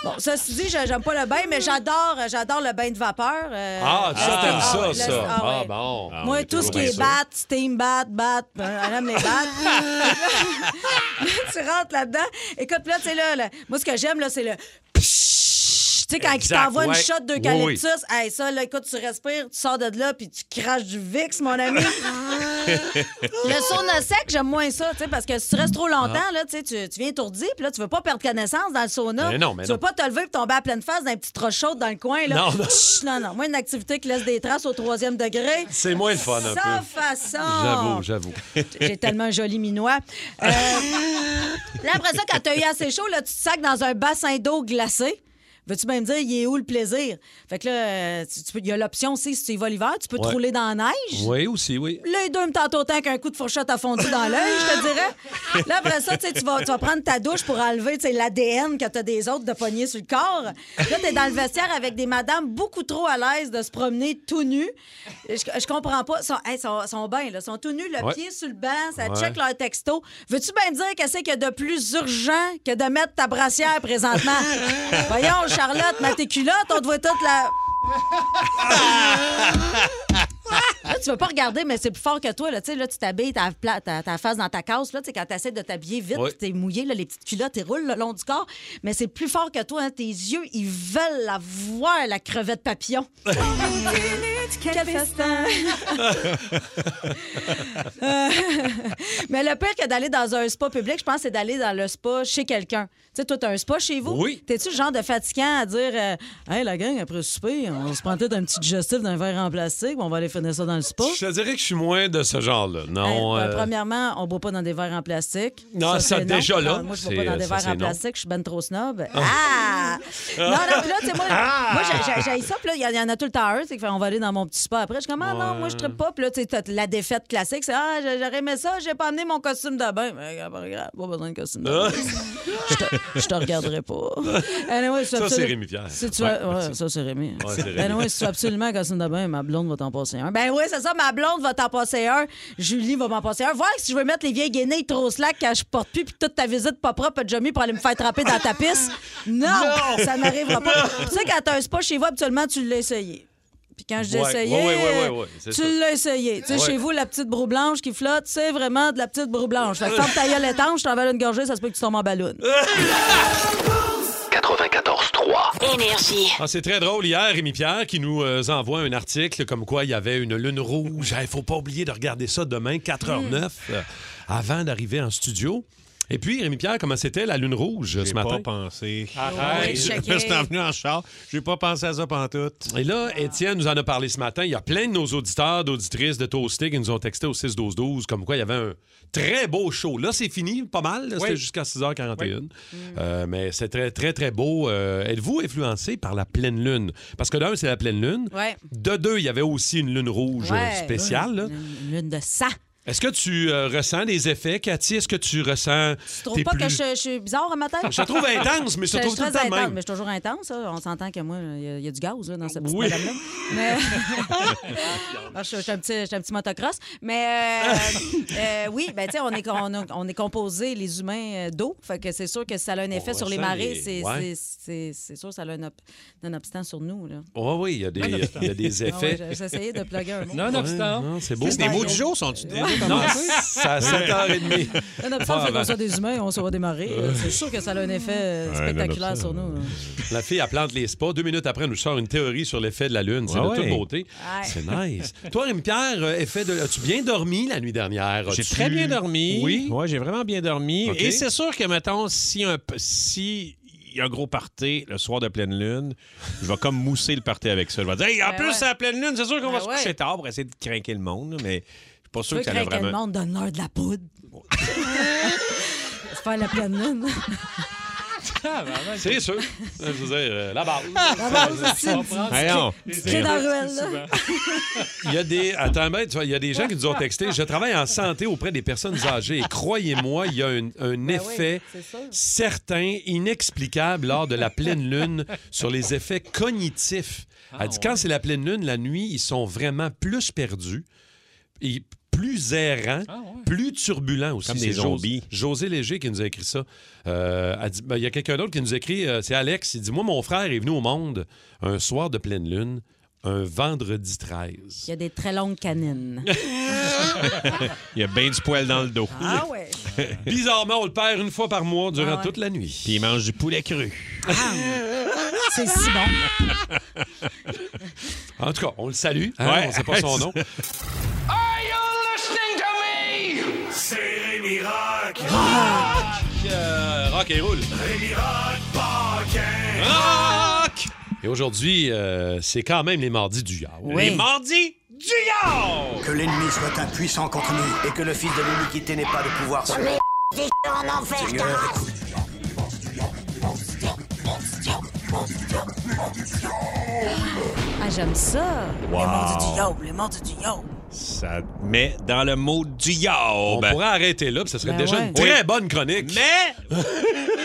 Speaker 6: Bon, ceci dit, je- j'aime pas le bain, mais j'adore, j'adore le bain de vapeur. euh,
Speaker 3: Ah, ça,
Speaker 6: le-
Speaker 3: t'aimes ça,
Speaker 6: le-
Speaker 3: ça.
Speaker 6: ah,
Speaker 3: Ah,
Speaker 6: ouais.
Speaker 3: bon.
Speaker 5: Ah, on
Speaker 6: Moi,
Speaker 5: est
Speaker 6: tout
Speaker 5: toujours
Speaker 6: ce qui
Speaker 5: bien
Speaker 6: est
Speaker 5: sûr.
Speaker 6: bat, steam bat, bat, ben, elle aime les bat. tu rentres là-dedans. Écoute, puis là, tu sais, là, là, moi, ce que j'aime, là, c'est le. pshhh. Tu sais, quand il
Speaker 5: Exact,
Speaker 6: t'envoie une
Speaker 5: ouais.
Speaker 6: shot
Speaker 5: Oui,
Speaker 6: d'eucalyptus, hey, ça, là, écoute, tu respires, tu sors de là, puis tu craches du VIX, mon ami. Le sauna sec, j'aime moins ça, tu sais, parce que si tu restes trop longtemps,
Speaker 3: Ah.
Speaker 6: là, tu, sais, tu tu viens étourdi, puis là, tu veux pas perdre connaissance dans le sauna.
Speaker 3: Mais non, mais
Speaker 6: tu
Speaker 3: non.
Speaker 6: veux pas te lever et tomber à pleine face dans une petite roche chaude dans le coin. Là.
Speaker 3: Non, non.
Speaker 6: Chut, non, non. Moi, une activité qui laisse des traces au troisième degré.
Speaker 3: C'est moins le fun, un
Speaker 6: Sans
Speaker 3: peu.
Speaker 6: façon.
Speaker 3: J'avoue, j'avoue.
Speaker 6: ah. J'ai tellement un joli minois. Euh, là, après ça, quand t'as eu assez chaud, là, tu te sacs dans un bassin d'eau glacée. Veux-tu bien me dire, il est où le plaisir? Fait que là, euh, tu- tu peux- il y a l'option aussi, si tu y vas l'hiver, tu peux te
Speaker 3: Ouais.
Speaker 6: rouler dans la neige.
Speaker 3: Oui, aussi, oui.
Speaker 6: Les deux me tentent autant qu'un coup de fourchette a fondu dans l'œil, je te dirais. Là, après ça, tu sais, tu vas, tu vas prendre ta douche pour enlever tu sais, l'ADN que t'as des autres de pogner sur le corps. Là, t'es dans le vestiaire avec des madames beaucoup trop à l'aise de se promener tout nu. Je, je comprends pas. Ils sont, hey, ils sont, ils sont bien, là. Ils sont tout nus, le
Speaker 3: Ouais.
Speaker 6: pied sur le banc, ça
Speaker 3: Ouais.
Speaker 6: check leur texto. Veux-tu bien me dire qu'est-ce qu'il y a de plus urgent que de mettre ta brassière présentement? Voyons, Charlotte, mets tes culottes, on te voit toute la... Là, Ah, tu veux pas regarder, mais c'est plus fort que toi. Là, Tu sais, là tu t'habilles, ta, pla- ta, ta face dans ta casse. Là, tu sais, quand tu essaies de t'habiller vite,
Speaker 3: Ouais.
Speaker 6: puis t'es mouillé, là, les petites culottes, elles roulent le long du corps. Mais c'est plus fort que toi. hein. Tes yeux, ils veulent la voir, la crevette papillon. Quel festin! Euh, mais le pire que d'aller dans un spa public, je pense, c'est d'aller dans le spa chez quelqu'un. Tu sais, toi, t'as un spa chez vous?
Speaker 3: Oui.
Speaker 6: T'es-tu le genre de fatigant à dire euh, Hey, la gang, après le souper, on se prend peut-être un petit digestif d'un verre en plastique, on va aller finir ça dans le spa?
Speaker 3: Je te dirais que je suis moins de ce genre-là. Non.
Speaker 6: Hey, ben,
Speaker 3: euh,
Speaker 6: Premièrement, on ne boit pas dans des verres en plastique.
Speaker 3: Non, ça,
Speaker 6: c'est
Speaker 3: déjà, là,
Speaker 6: Ah, Moi, je ne
Speaker 3: c'est-
Speaker 6: bois pas dans des
Speaker 3: ça,
Speaker 6: verres
Speaker 3: c'est
Speaker 6: en
Speaker 3: non.
Speaker 6: plastique. Je suis ben trop snob. Ah! non, non, puis là, tu sais, moi,
Speaker 3: Ah!
Speaker 6: moi j'ai- j'ai- j'ai ça. Puis là, il y en- il y, en a tout le temps un. C'est qu'on va aller dans mon petit spa après. Je suis comme, ah non, moi, je ne pas. Puis là, tu sais, t'as la défaite classique. C'est, ah, j'ai- j'aurais aimé ça. J'ai pas amené mon costume de bain. Mais regarde, pas grave, pas besoin de costume de
Speaker 3: Ah!
Speaker 6: bain. Je te- Je te regarderai pas. Anyway,
Speaker 3: Ça, c'est
Speaker 6: absolu-
Speaker 3: Rémi Pierre.
Speaker 6: Si tu
Speaker 3: Ouais.
Speaker 6: as- ouais, ça, c'est Rémi.
Speaker 3: Ouais, Ah, c'est Rémi.
Speaker 6: Ben oui, si tu veux absolument un costume de bain, ma blonde va t'en passer un. Ben oui, c'est ça, ma blonde va t'en passer un. Julie va m'en passer un. Voir si je veux mettre les vieilles guenilles trop slack quand je porte plus, puis toute ta visite pas propre, déjà mis pour aller me faire tremper dans ta piste. Non, ça n'arrivera pas. Tu sais, quand t'as un spa chez vous, habituellement, tu l'as essayé. Puis quand je dis
Speaker 3: Ouais,
Speaker 6: essayé,
Speaker 3: ouais, ouais, ouais, ouais, ouais, c'est ça.
Speaker 6: tu l'as essayé. Tu sais,
Speaker 3: Ouais.
Speaker 6: chez vous, la petite broue blanche qui flotte, c'est vraiment de la petite broue blanche. Fait que ferme ta gueule étanche, je t'envale une gorgée, ça se peut que tu tombes en ballon.
Speaker 2: 94.3.
Speaker 1: Énergie.
Speaker 3: Ah, c'est très drôle. Hier, Rémi Pierre qui nous euh, envoie un article comme quoi il y avait une lune rouge. Il faut pas oublier de regarder ça demain, 4h09, euh, avant d'arriver en studio. Et puis, Rémi Pierre, comment c'était la lune rouge euh, ce
Speaker 5: J'ai
Speaker 3: matin?
Speaker 5: pas pensé.
Speaker 6: Arrête.
Speaker 5: Je me suis envenu en char. J'ai pas pensé à ça pantoute.
Speaker 3: Et là, Étienne nous en a parlé ce matin. Il y a plein de nos auditeurs, d'auditrices de Toasté qui nous ont texté au 6-12-12 comme quoi il y avait un très beau show. Là, c'est fini, pas mal. là. C'était
Speaker 5: Oui.
Speaker 3: jusqu'à 6h41. Euh, mais c'est très, très, très beau. Euh, Êtes-vous influencé par la pleine lune? Parce que d'un, c'est la pleine lune.
Speaker 6: Ouais.
Speaker 3: De deux, il y avait aussi une lune rouge euh,
Speaker 6: Ouais.
Speaker 3: spéciale. là.
Speaker 6: Une lune de sang.
Speaker 3: Est-ce que tu euh, ressens des effets, Cathy? Est-ce que tu ressens.
Speaker 6: Tu trouves pas que je, je suis bizarre un matin?
Speaker 3: Je te trouve intense, mais je te trouve tout le
Speaker 6: très
Speaker 3: temps de
Speaker 6: intense,
Speaker 3: même.
Speaker 6: Mais je suis toujours intense. là. On s'entend que moi, il y a- il y, a du gaz là, dans cette petite
Speaker 3: Oui.
Speaker 6: madame-là. Mais... Ah, je, je suis un petit, je suis un petit motocross. Mais euh, euh, oui, ben, tu sais, on est, on, a- on est composé, les humains, euh, d'eau. Fait que c'est sûr que ça a un effet
Speaker 3: On
Speaker 6: sur les
Speaker 3: ressent
Speaker 6: marées.
Speaker 3: les-
Speaker 6: C'est
Speaker 3: Oh, ouais.
Speaker 6: c'est- c'est- c'est sûr que ça a un, op- un obstant sur nous. Là.
Speaker 3: Oh, Oui, oui, il y a des, il y a des
Speaker 6: Ah ouais,
Speaker 3: effets.
Speaker 6: j'ai- j'ai essayé de plugger un mot.
Speaker 4: Nonobstant.
Speaker 3: Ouais, non, c'est beau.
Speaker 5: Les mots du jour sont-tu déjà
Speaker 3: Non,
Speaker 5: commencés?
Speaker 3: ça à 7h30.
Speaker 6: Nonobstant,
Speaker 3: Pas
Speaker 6: c'est
Speaker 3: avant.
Speaker 6: qu'on soit des humains, on se va démarrer. C'est sûr que ça a un effet euh, spectaculaire sur nous. là.
Speaker 3: La fille, elle plante les spas. Deux minutes après, elle nous sort une théorie sur l'effet de la Lune. C'est
Speaker 5: Ah
Speaker 3: de
Speaker 5: ouais.
Speaker 3: toute beauté.
Speaker 6: Ouais.
Speaker 3: C'est nice. Toi, Rémi-Pierre, euh, effet de... as-tu bien dormi la nuit dernière?
Speaker 5: J'ai
Speaker 3: As-tu-
Speaker 5: très bien dormi.
Speaker 3: Oui.
Speaker 5: Ouais, j'ai vraiment bien dormi.
Speaker 3: OK.
Speaker 5: Et c'est sûr que, mettons, si un p- si il y a un gros party le soir de pleine lune, je vais comme mousser le party avec ça. Je vais dire, Hey, en
Speaker 6: Ben
Speaker 5: plus,
Speaker 6: ouais.
Speaker 5: c'est la pleine lune, c'est sûr qu'on
Speaker 6: Ben
Speaker 5: va
Speaker 6: ouais.
Speaker 5: se coucher tard pour essayer de craquer le monde, mais je suis pas
Speaker 6: Tu
Speaker 5: sûr
Speaker 6: veux
Speaker 5: que ça a
Speaker 6: craquer le
Speaker 5: vraiment.
Speaker 6: monde, donne-leur de la poudre. Se faire la pleine lune.
Speaker 3: C'est sûr. Je veux dire, euh, la base.
Speaker 5: Voyons.
Speaker 6: Clé dans la ruelle, là.
Speaker 3: Il y a des. Attends, ben, tu vois, il y a des gens qui nous ont texté. Je travaille en santé auprès des personnes âgées et croyez-moi, il y a un, un effet
Speaker 6: Ben c'est sûr.
Speaker 3: certain, inexplicable lors de la pleine lune sur les effets cognitifs. Elle dit quand c'est la pleine lune, la nuit, ils sont vraiment plus perdus et plus errants, plus turbulents aussi.
Speaker 5: Comme
Speaker 3: C'est
Speaker 5: des
Speaker 3: Jos-
Speaker 5: zombies.
Speaker 3: José Léger qui nous a écrit ça. Euh, elle dit- ben, Il y a quelqu'un d'autre qui nous écrit, euh, c'est Alex, il dit Moi, mon frère est venu au monde un soir de pleine lune, un vendredi 13.
Speaker 6: Il y a des très longues canines.
Speaker 5: Il y a bien du poil dans le dos.
Speaker 6: Ah ouais.
Speaker 3: Bizarrement, on le perd une fois par mois durant
Speaker 6: Ah ouais.
Speaker 3: toute la nuit.
Speaker 5: Puis il mange du poulet cru.
Speaker 6: C'est si bon.
Speaker 3: En tout cas, on le salue. hein,
Speaker 5: Ouais.
Speaker 3: On sait pas son nom.
Speaker 6: Ah!
Speaker 3: Euh, rock et roule. Rock! Et aujourd'hui, euh, c'est quand même les mardis du Yard.
Speaker 6: Oui.
Speaker 5: Les mardis du yard!
Speaker 9: Que l'ennemi soit impuissant contre nous et que le fils de l'iniquité n'ait pas de pouvoir sur nous.
Speaker 6: Ah, j'aime ça.
Speaker 5: Ça met dans le mot du
Speaker 3: On
Speaker 5: yard.
Speaker 3: pourrait arrêter là, puis ça serait
Speaker 6: Ben
Speaker 3: déjà
Speaker 6: ouais.
Speaker 3: une très bonne chronique.
Speaker 5: Mais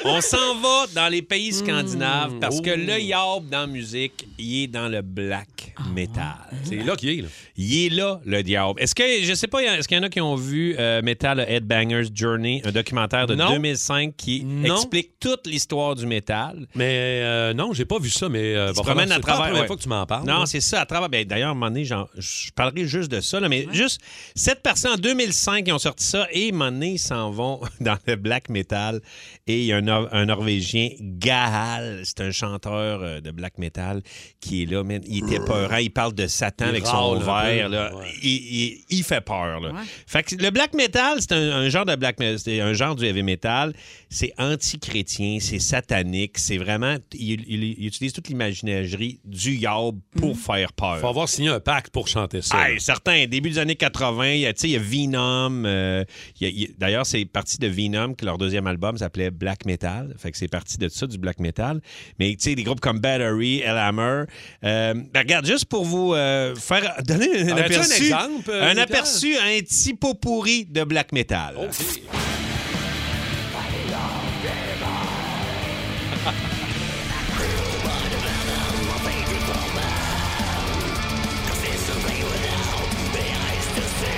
Speaker 5: on s'en va dans les pays
Speaker 3: Hmm.
Speaker 5: scandinaves parce que le yarb dans la musique, il est dans le black metal.
Speaker 3: Ah, C'est là qu'il est. là.
Speaker 5: Il est là, le diable. Est-ce que, je sais pas, est-ce qu'il y en a qui ont vu euh, Metal Headbangers Journey, un documentaire de
Speaker 3: Non.
Speaker 5: 2005 qui
Speaker 3: Non.
Speaker 5: explique toute l'histoire du métal?
Speaker 3: Mais euh, non, j'ai pas vu ça, mais euh,
Speaker 5: Tu
Speaker 3: va
Speaker 5: te
Speaker 3: falloir-
Speaker 5: promènes à
Speaker 3: c'est pas la
Speaker 5: travers.
Speaker 3: première
Speaker 5: ouais.
Speaker 3: fois que tu m'en parles.
Speaker 5: Non,
Speaker 3: hein.
Speaker 5: c'est ça, à travers. ben, D'ailleurs, à un moment donné, j'en- je parlerai juste de ça, là, mais juste cette personne, en 2005, ils ont sorti ça et à un moment donné, ils s'en vont dans le black metal. Et il y a un, Nor- un Norvégien, Gahal, c'est un chanteur euh, de black metal qui est là. man. il était peurant, il parle de Satan
Speaker 3: Il
Speaker 5: avec son
Speaker 3: râle un peu,
Speaker 5: verre. là.
Speaker 3: ouais.
Speaker 5: Il, il- il fait peur. là. Fait que le black metal, c'est un, un genre de black me- c'est un genre du heavy metal. C'est anti-chrétien, c'est satanique, c'est vraiment. Il, il- il utilise toute l'imaginerie du yab pour faire peur.
Speaker 3: Faut avoir signé un pacte pour chanter ça.
Speaker 5: Hey, certains, début des années 80, il y a, tu sais, il y a Venom. euh, il y a- il y a- D'ailleurs, c'est parti de Venom que leur deuxième album s'appelait Black Metal. Fait que c'est parti de ça, du Black Metal. Mais tu sais, des groupes comme Battery, Elhammer. Euh, ben, regarde, juste pour vous euh, faire donner un
Speaker 3: Aurais-tu un
Speaker 5: aperçu.
Speaker 3: exemple, euh,
Speaker 5: un
Speaker 3: Pierre?
Speaker 5: aperçu, un petit pot pourri de Black Metal.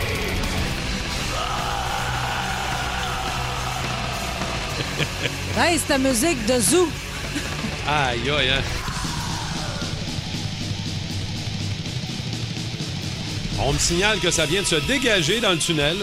Speaker 6: Hey, c'est ta musique de zoo.
Speaker 3: Aïe, aïe, hein. On me signale que ça vient de se dégager dans le tunnel.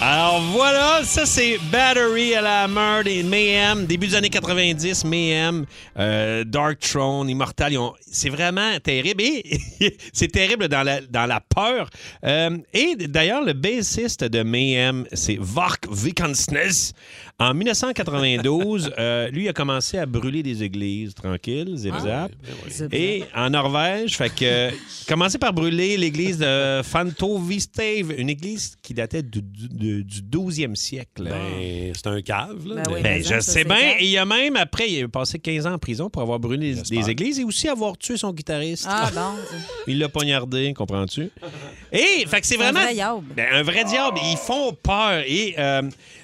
Speaker 5: Alors voilà, ça c'est Battery à la mort des Mayhem, début des années 90, Mayhem, euh, Dark Throne, Immortal, ils ont- c'est vraiment terrible et c'est terrible dans la, dans la peur. Euh, et d'ailleurs, le bassiste de Mayhem, c'est Vark Vikansnes. En 1992, euh, lui a commencé à brûler des églises, tranquille, zip
Speaker 3: Ah
Speaker 5: zap.
Speaker 3: ben
Speaker 6: Zip
Speaker 5: Et en Norvège, fait que commencé par brûler l'église de Fantovistave, une église qui datait du, du- du du, du 12e siècle.
Speaker 3: Ben, c'est un cave, là.
Speaker 5: Ben,
Speaker 3: mais-
Speaker 5: je sais bien. Et il y a même, après, il a passé 15 ans en prison pour avoir brûlé des- des églises et aussi avoir tué son guitariste.
Speaker 6: Ah, bon.
Speaker 5: Il l'a poignardé, comprends-tu? Et, fait que c'est
Speaker 6: C'est un
Speaker 5: vraiment.
Speaker 6: vrai diable.
Speaker 5: Ben, un vrai diable. Ils font peur. Et euh,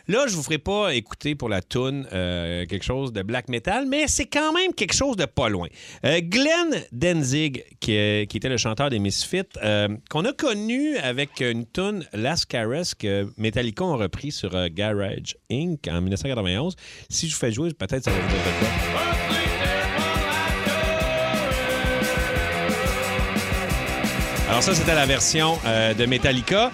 Speaker 5: là, je vous ferai pas écouter pour la toune euh, quelque chose de black metal, mais c'est quand même quelque chose de pas loin. Euh, Glenn Denzig, qui, euh, qui était le chanteur des Misfits, euh, qu'on a connu avec une toune Last Caress que Metallica ont repris sur euh, Garage Inc. en 1991. Si je vous fais jouer, peut-être ça va vous dire de quoi. Alors ça, c'était la version euh, de Metallica.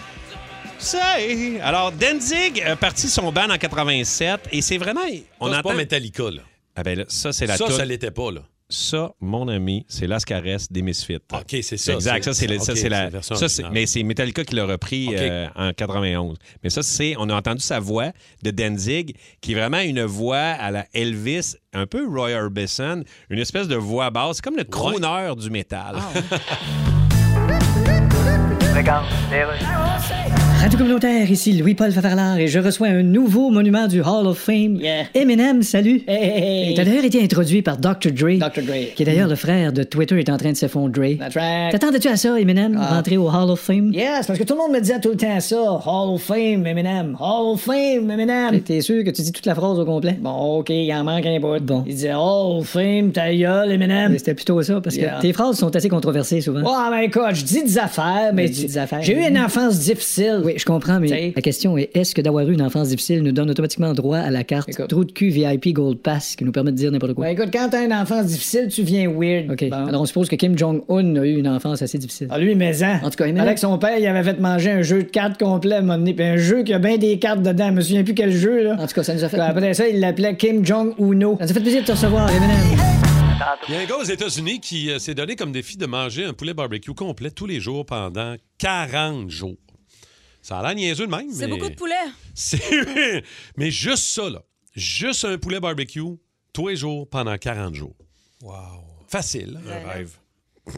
Speaker 5: Say. Alors, Danzig a parti son ban en 87 et c'est vraiment...
Speaker 3: Ça, c'est pas
Speaker 5: Metallica, là. Ah ben là, ça, c'est la
Speaker 3: Ça,
Speaker 5: toune-
Speaker 3: ça l'était pas, là.
Speaker 5: Ça, mon ami, c'est l'ascaresse des Misfits.
Speaker 3: Ah, OK, c'est ça.
Speaker 5: Exact, ça, c'est le-
Speaker 3: OK,
Speaker 5: ça, c'est
Speaker 3: la
Speaker 5: la...
Speaker 3: version
Speaker 5: ça, c'est-
Speaker 3: originale.
Speaker 5: mais c'est Metallica qui l'a repris
Speaker 3: OK.
Speaker 5: euh, en 91. Mais ça, c'est... On a entendu sa voix de Danzig, qui est vraiment une voix à la Elvis, un peu Roy Orbison, une espèce de voix basse. C'est comme le crooner du métal.
Speaker 3: Ah,
Speaker 8: Radio communautaire, ici Louis-Paul Favarlard et je reçois un nouveau monument du Hall of Fame. Eminem, salut. Il a d'ailleurs été introduit par Dr. Dre, qui est d'ailleurs le frère de Twitter est en train de s'effondrer. T'attendais-tu à ça, Eminem,
Speaker 7: Ah.
Speaker 8: rentrer au Hall of Fame? Yes, parce que tout le monde me disait tout le temps ça. Hall of Fame, Eminem. Hall of Fame, Eminem. T'es sûr que tu dis toute la phrase au complet? Bon, OK, il en manque un bout. Bon. Il disait Hall of Fame, ta gueule, Eminem. C'était plutôt ça, parce
Speaker 11: Yeah.
Speaker 8: que tes phrases sont assez controversées souvent. Ah, ben écoute, je dis des affaires, mais tu- j'ai eu une enfance difficile. Oui, je comprends, mais la question est est-ce que d'avoir eu une enfance difficile nous donne automatiquement droit à la carte trou de cul VIP Gold Pass qui nous permet de dire n'importe quoi? Ben, écoute, quand t'as une enfance difficile, tu viens weird. OK. Alors on suppose que Kim Jong-un a eu une enfance assez difficile. Ah, lui, mais
Speaker 7: hein.
Speaker 8: En tout cas,
Speaker 11: Avec son père, il avait fait manger un jeu de cartes complet à un moment donné, puis un jeu qui a bien des cartes dedans. Je me souviens plus quel jeu, là.
Speaker 8: En tout cas, ça nous a fait.
Speaker 11: Après ça, il l'appelait Kim Jong-uno.
Speaker 8: Ça nous a fait plaisir de te recevoir, Eminem.
Speaker 3: Il y a un gars aux États-Unis qui euh, s'est donné comme défi de manger un poulet barbecue complet tous les jours pendant 40 jours. Ça a l'air niaiseux de même.
Speaker 6: C'est
Speaker 3: mais-
Speaker 6: beaucoup de poulet.
Speaker 3: C'est- mais juste ça, là. Juste un poulet barbecue tous les jours pendant 40 jours. Wow. Facile. hein.
Speaker 6: Un
Speaker 3: rêve.
Speaker 6: Ouais.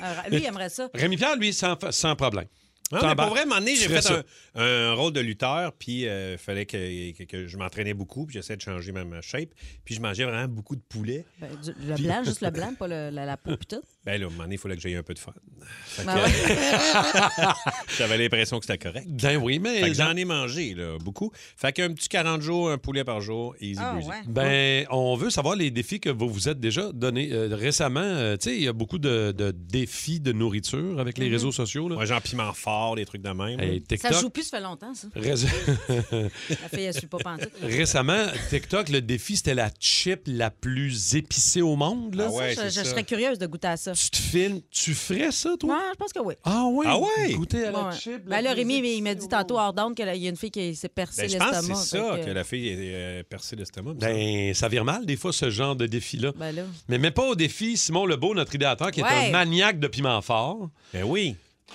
Speaker 6: Alors, lui, il aimerait ça.
Speaker 3: Rémi-Pierre, lui, sans, sans problème.
Speaker 5: Non,
Speaker 3: Sans
Speaker 5: mais
Speaker 3: barre.
Speaker 5: pour vrai, à un moment donné,
Speaker 3: Tu
Speaker 5: j'ai
Speaker 3: ferais
Speaker 5: fait
Speaker 3: ça.
Speaker 5: un, un rôle de lutteur, puis euh, fallait que, que- que je m'entraînais beaucoup, puis j'essayais de changer ma, ma shape, puis je mangeais vraiment beaucoup de poulet.
Speaker 6: Ben, du- le blanc, juste le blanc, pas le- la, la peau pis tout.
Speaker 5: Ben là, à un moment donné, il fallait que j'aie un peu de fun. Fait que-
Speaker 12: Ben
Speaker 5: euh,
Speaker 6: Ah ouais.
Speaker 5: J'avais l'impression que c'était correct.
Speaker 3: Ben oui, mais.
Speaker 5: Fait que j'en ai mangé, là, beaucoup. Fait qu'un petit 40 jours, un poulet par jour, easy
Speaker 6: Ah,
Speaker 5: breezy.
Speaker 6: ouais.
Speaker 3: Ben, on veut savoir les défis que vous vous êtes déjà donnés Euh, récemment. euh, tu sais, il y a beaucoup de, de défis de nourriture avec les réseaux sociaux. Là.
Speaker 5: Moi, j'en Mhm. piment fort, des trucs de même.
Speaker 3: Hey,
Speaker 6: Ça
Speaker 3: TikTok.
Speaker 6: joue plus, ça fait longtemps, ça.
Speaker 3: Rés-
Speaker 6: La fille, elle suit pas pantoute.
Speaker 3: Récemment, TikTok, le défi, c'était la chip la plus épicée au monde. Là.
Speaker 5: Ah ouais,
Speaker 6: je, je serais curieuse de goûter à ça.
Speaker 3: Tu te filmes, tu ferais ça, toi?
Speaker 6: Ouais, je pense que oui.
Speaker 3: Ah ouais?
Speaker 5: Ah ouais?
Speaker 3: Goûter à la
Speaker 6: Ouais.
Speaker 3: chip. la
Speaker 6: Ben là,
Speaker 3: plus
Speaker 6: Rémi,
Speaker 3: épicée.
Speaker 6: il m'a dit tantôt hors d'onde qu'il y a une fille qui s'est percée
Speaker 5: Ben, je pense
Speaker 6: l'estomac.
Speaker 5: que c'est ça,
Speaker 6: fait
Speaker 5: que... la fille est euh, percée l'estomac. me semble.
Speaker 3: Ben, ça vire mal, des fois, ce genre de défi-là.
Speaker 6: Ben là.
Speaker 3: Mais même pas au défi Simon Lebeau, notre idéateur, qui est
Speaker 6: Ouais.
Speaker 3: un maniaque de piment fort
Speaker 5: Ben oui.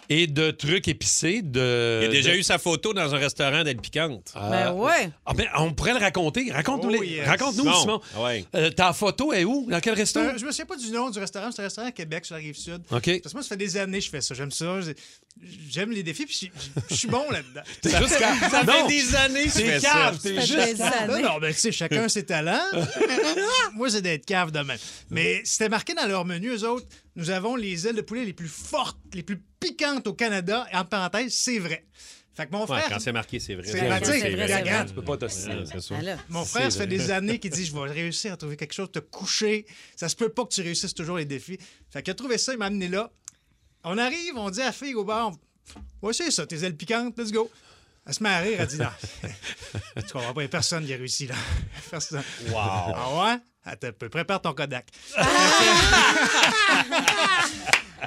Speaker 3: et de trucs épicés. De,
Speaker 5: Il a déjà
Speaker 3: de-
Speaker 5: eu sa photo dans un restaurant d'être piquante.
Speaker 3: Ah,
Speaker 6: Ben ouais.
Speaker 3: ah, ben, on pourrait le raconter. Raconte-nous, les- raconte-nous,
Speaker 5: Bon.
Speaker 3: Simon.
Speaker 5: Ah ouais.
Speaker 3: Euh, ta photo est où? Dans quel restaurant?
Speaker 12: Euh, je me souviens pas du nom du restaurant, c'est un restaurant à Québec sur la rive sud.
Speaker 3: OK.
Speaker 12: Parce que moi, ça fait des années que je fais ça. J'aime ça. j'ai- J'aime les défis, puis je- je suis bon là-dedans.
Speaker 5: Ça
Speaker 3: Juste
Speaker 5: fait,
Speaker 3: ca-
Speaker 5: ça
Speaker 3: Non,
Speaker 5: fait des années que tu
Speaker 3: t'es
Speaker 5: fais
Speaker 3: cave,
Speaker 5: ça.
Speaker 3: t'es
Speaker 6: Ça fait
Speaker 3: juste
Speaker 6: des années.
Speaker 12: Non, non, ben, tu sais, chacun ses talents. Moi, c'est d'être cave de même. Mais c'était marqué dans leur menu, eux autres, nous avons les ailes de poulet les plus fortes, les plus piquantes au Canada. Et en parenthèse, c'est vrai. Fait que mon
Speaker 5: Ouais,
Speaker 12: frère.
Speaker 5: quand c'est marqué, c'est vrai.
Speaker 12: C'est
Speaker 5: Bien
Speaker 12: la
Speaker 5: sûr,
Speaker 12: matinée,
Speaker 5: c'est vrai.
Speaker 12: la garde.
Speaker 3: Tu peux pas t'ostiner.
Speaker 5: Ouais, c'est sûr.
Speaker 6: Ben là.
Speaker 12: Mon frère,
Speaker 5: C'est
Speaker 12: ça fait
Speaker 5: vrai.
Speaker 12: des années qu'il dit Je vais réussir à trouver quelque chose, te coucher. Ça se peut pas que tu réussisses toujours les défis. Fait qu'il a trouvé ça, il m'a amené là. On arrive, on dit à la fille au bar Ouais, c'est ça, tes ailes piquantes, let's go. Elle se met à rire, elle dit Non, tu comprends pas, il y a personne qui a réussi là. Personne. Wow. Ah ouais Attends un peu, prépare ton Kodak.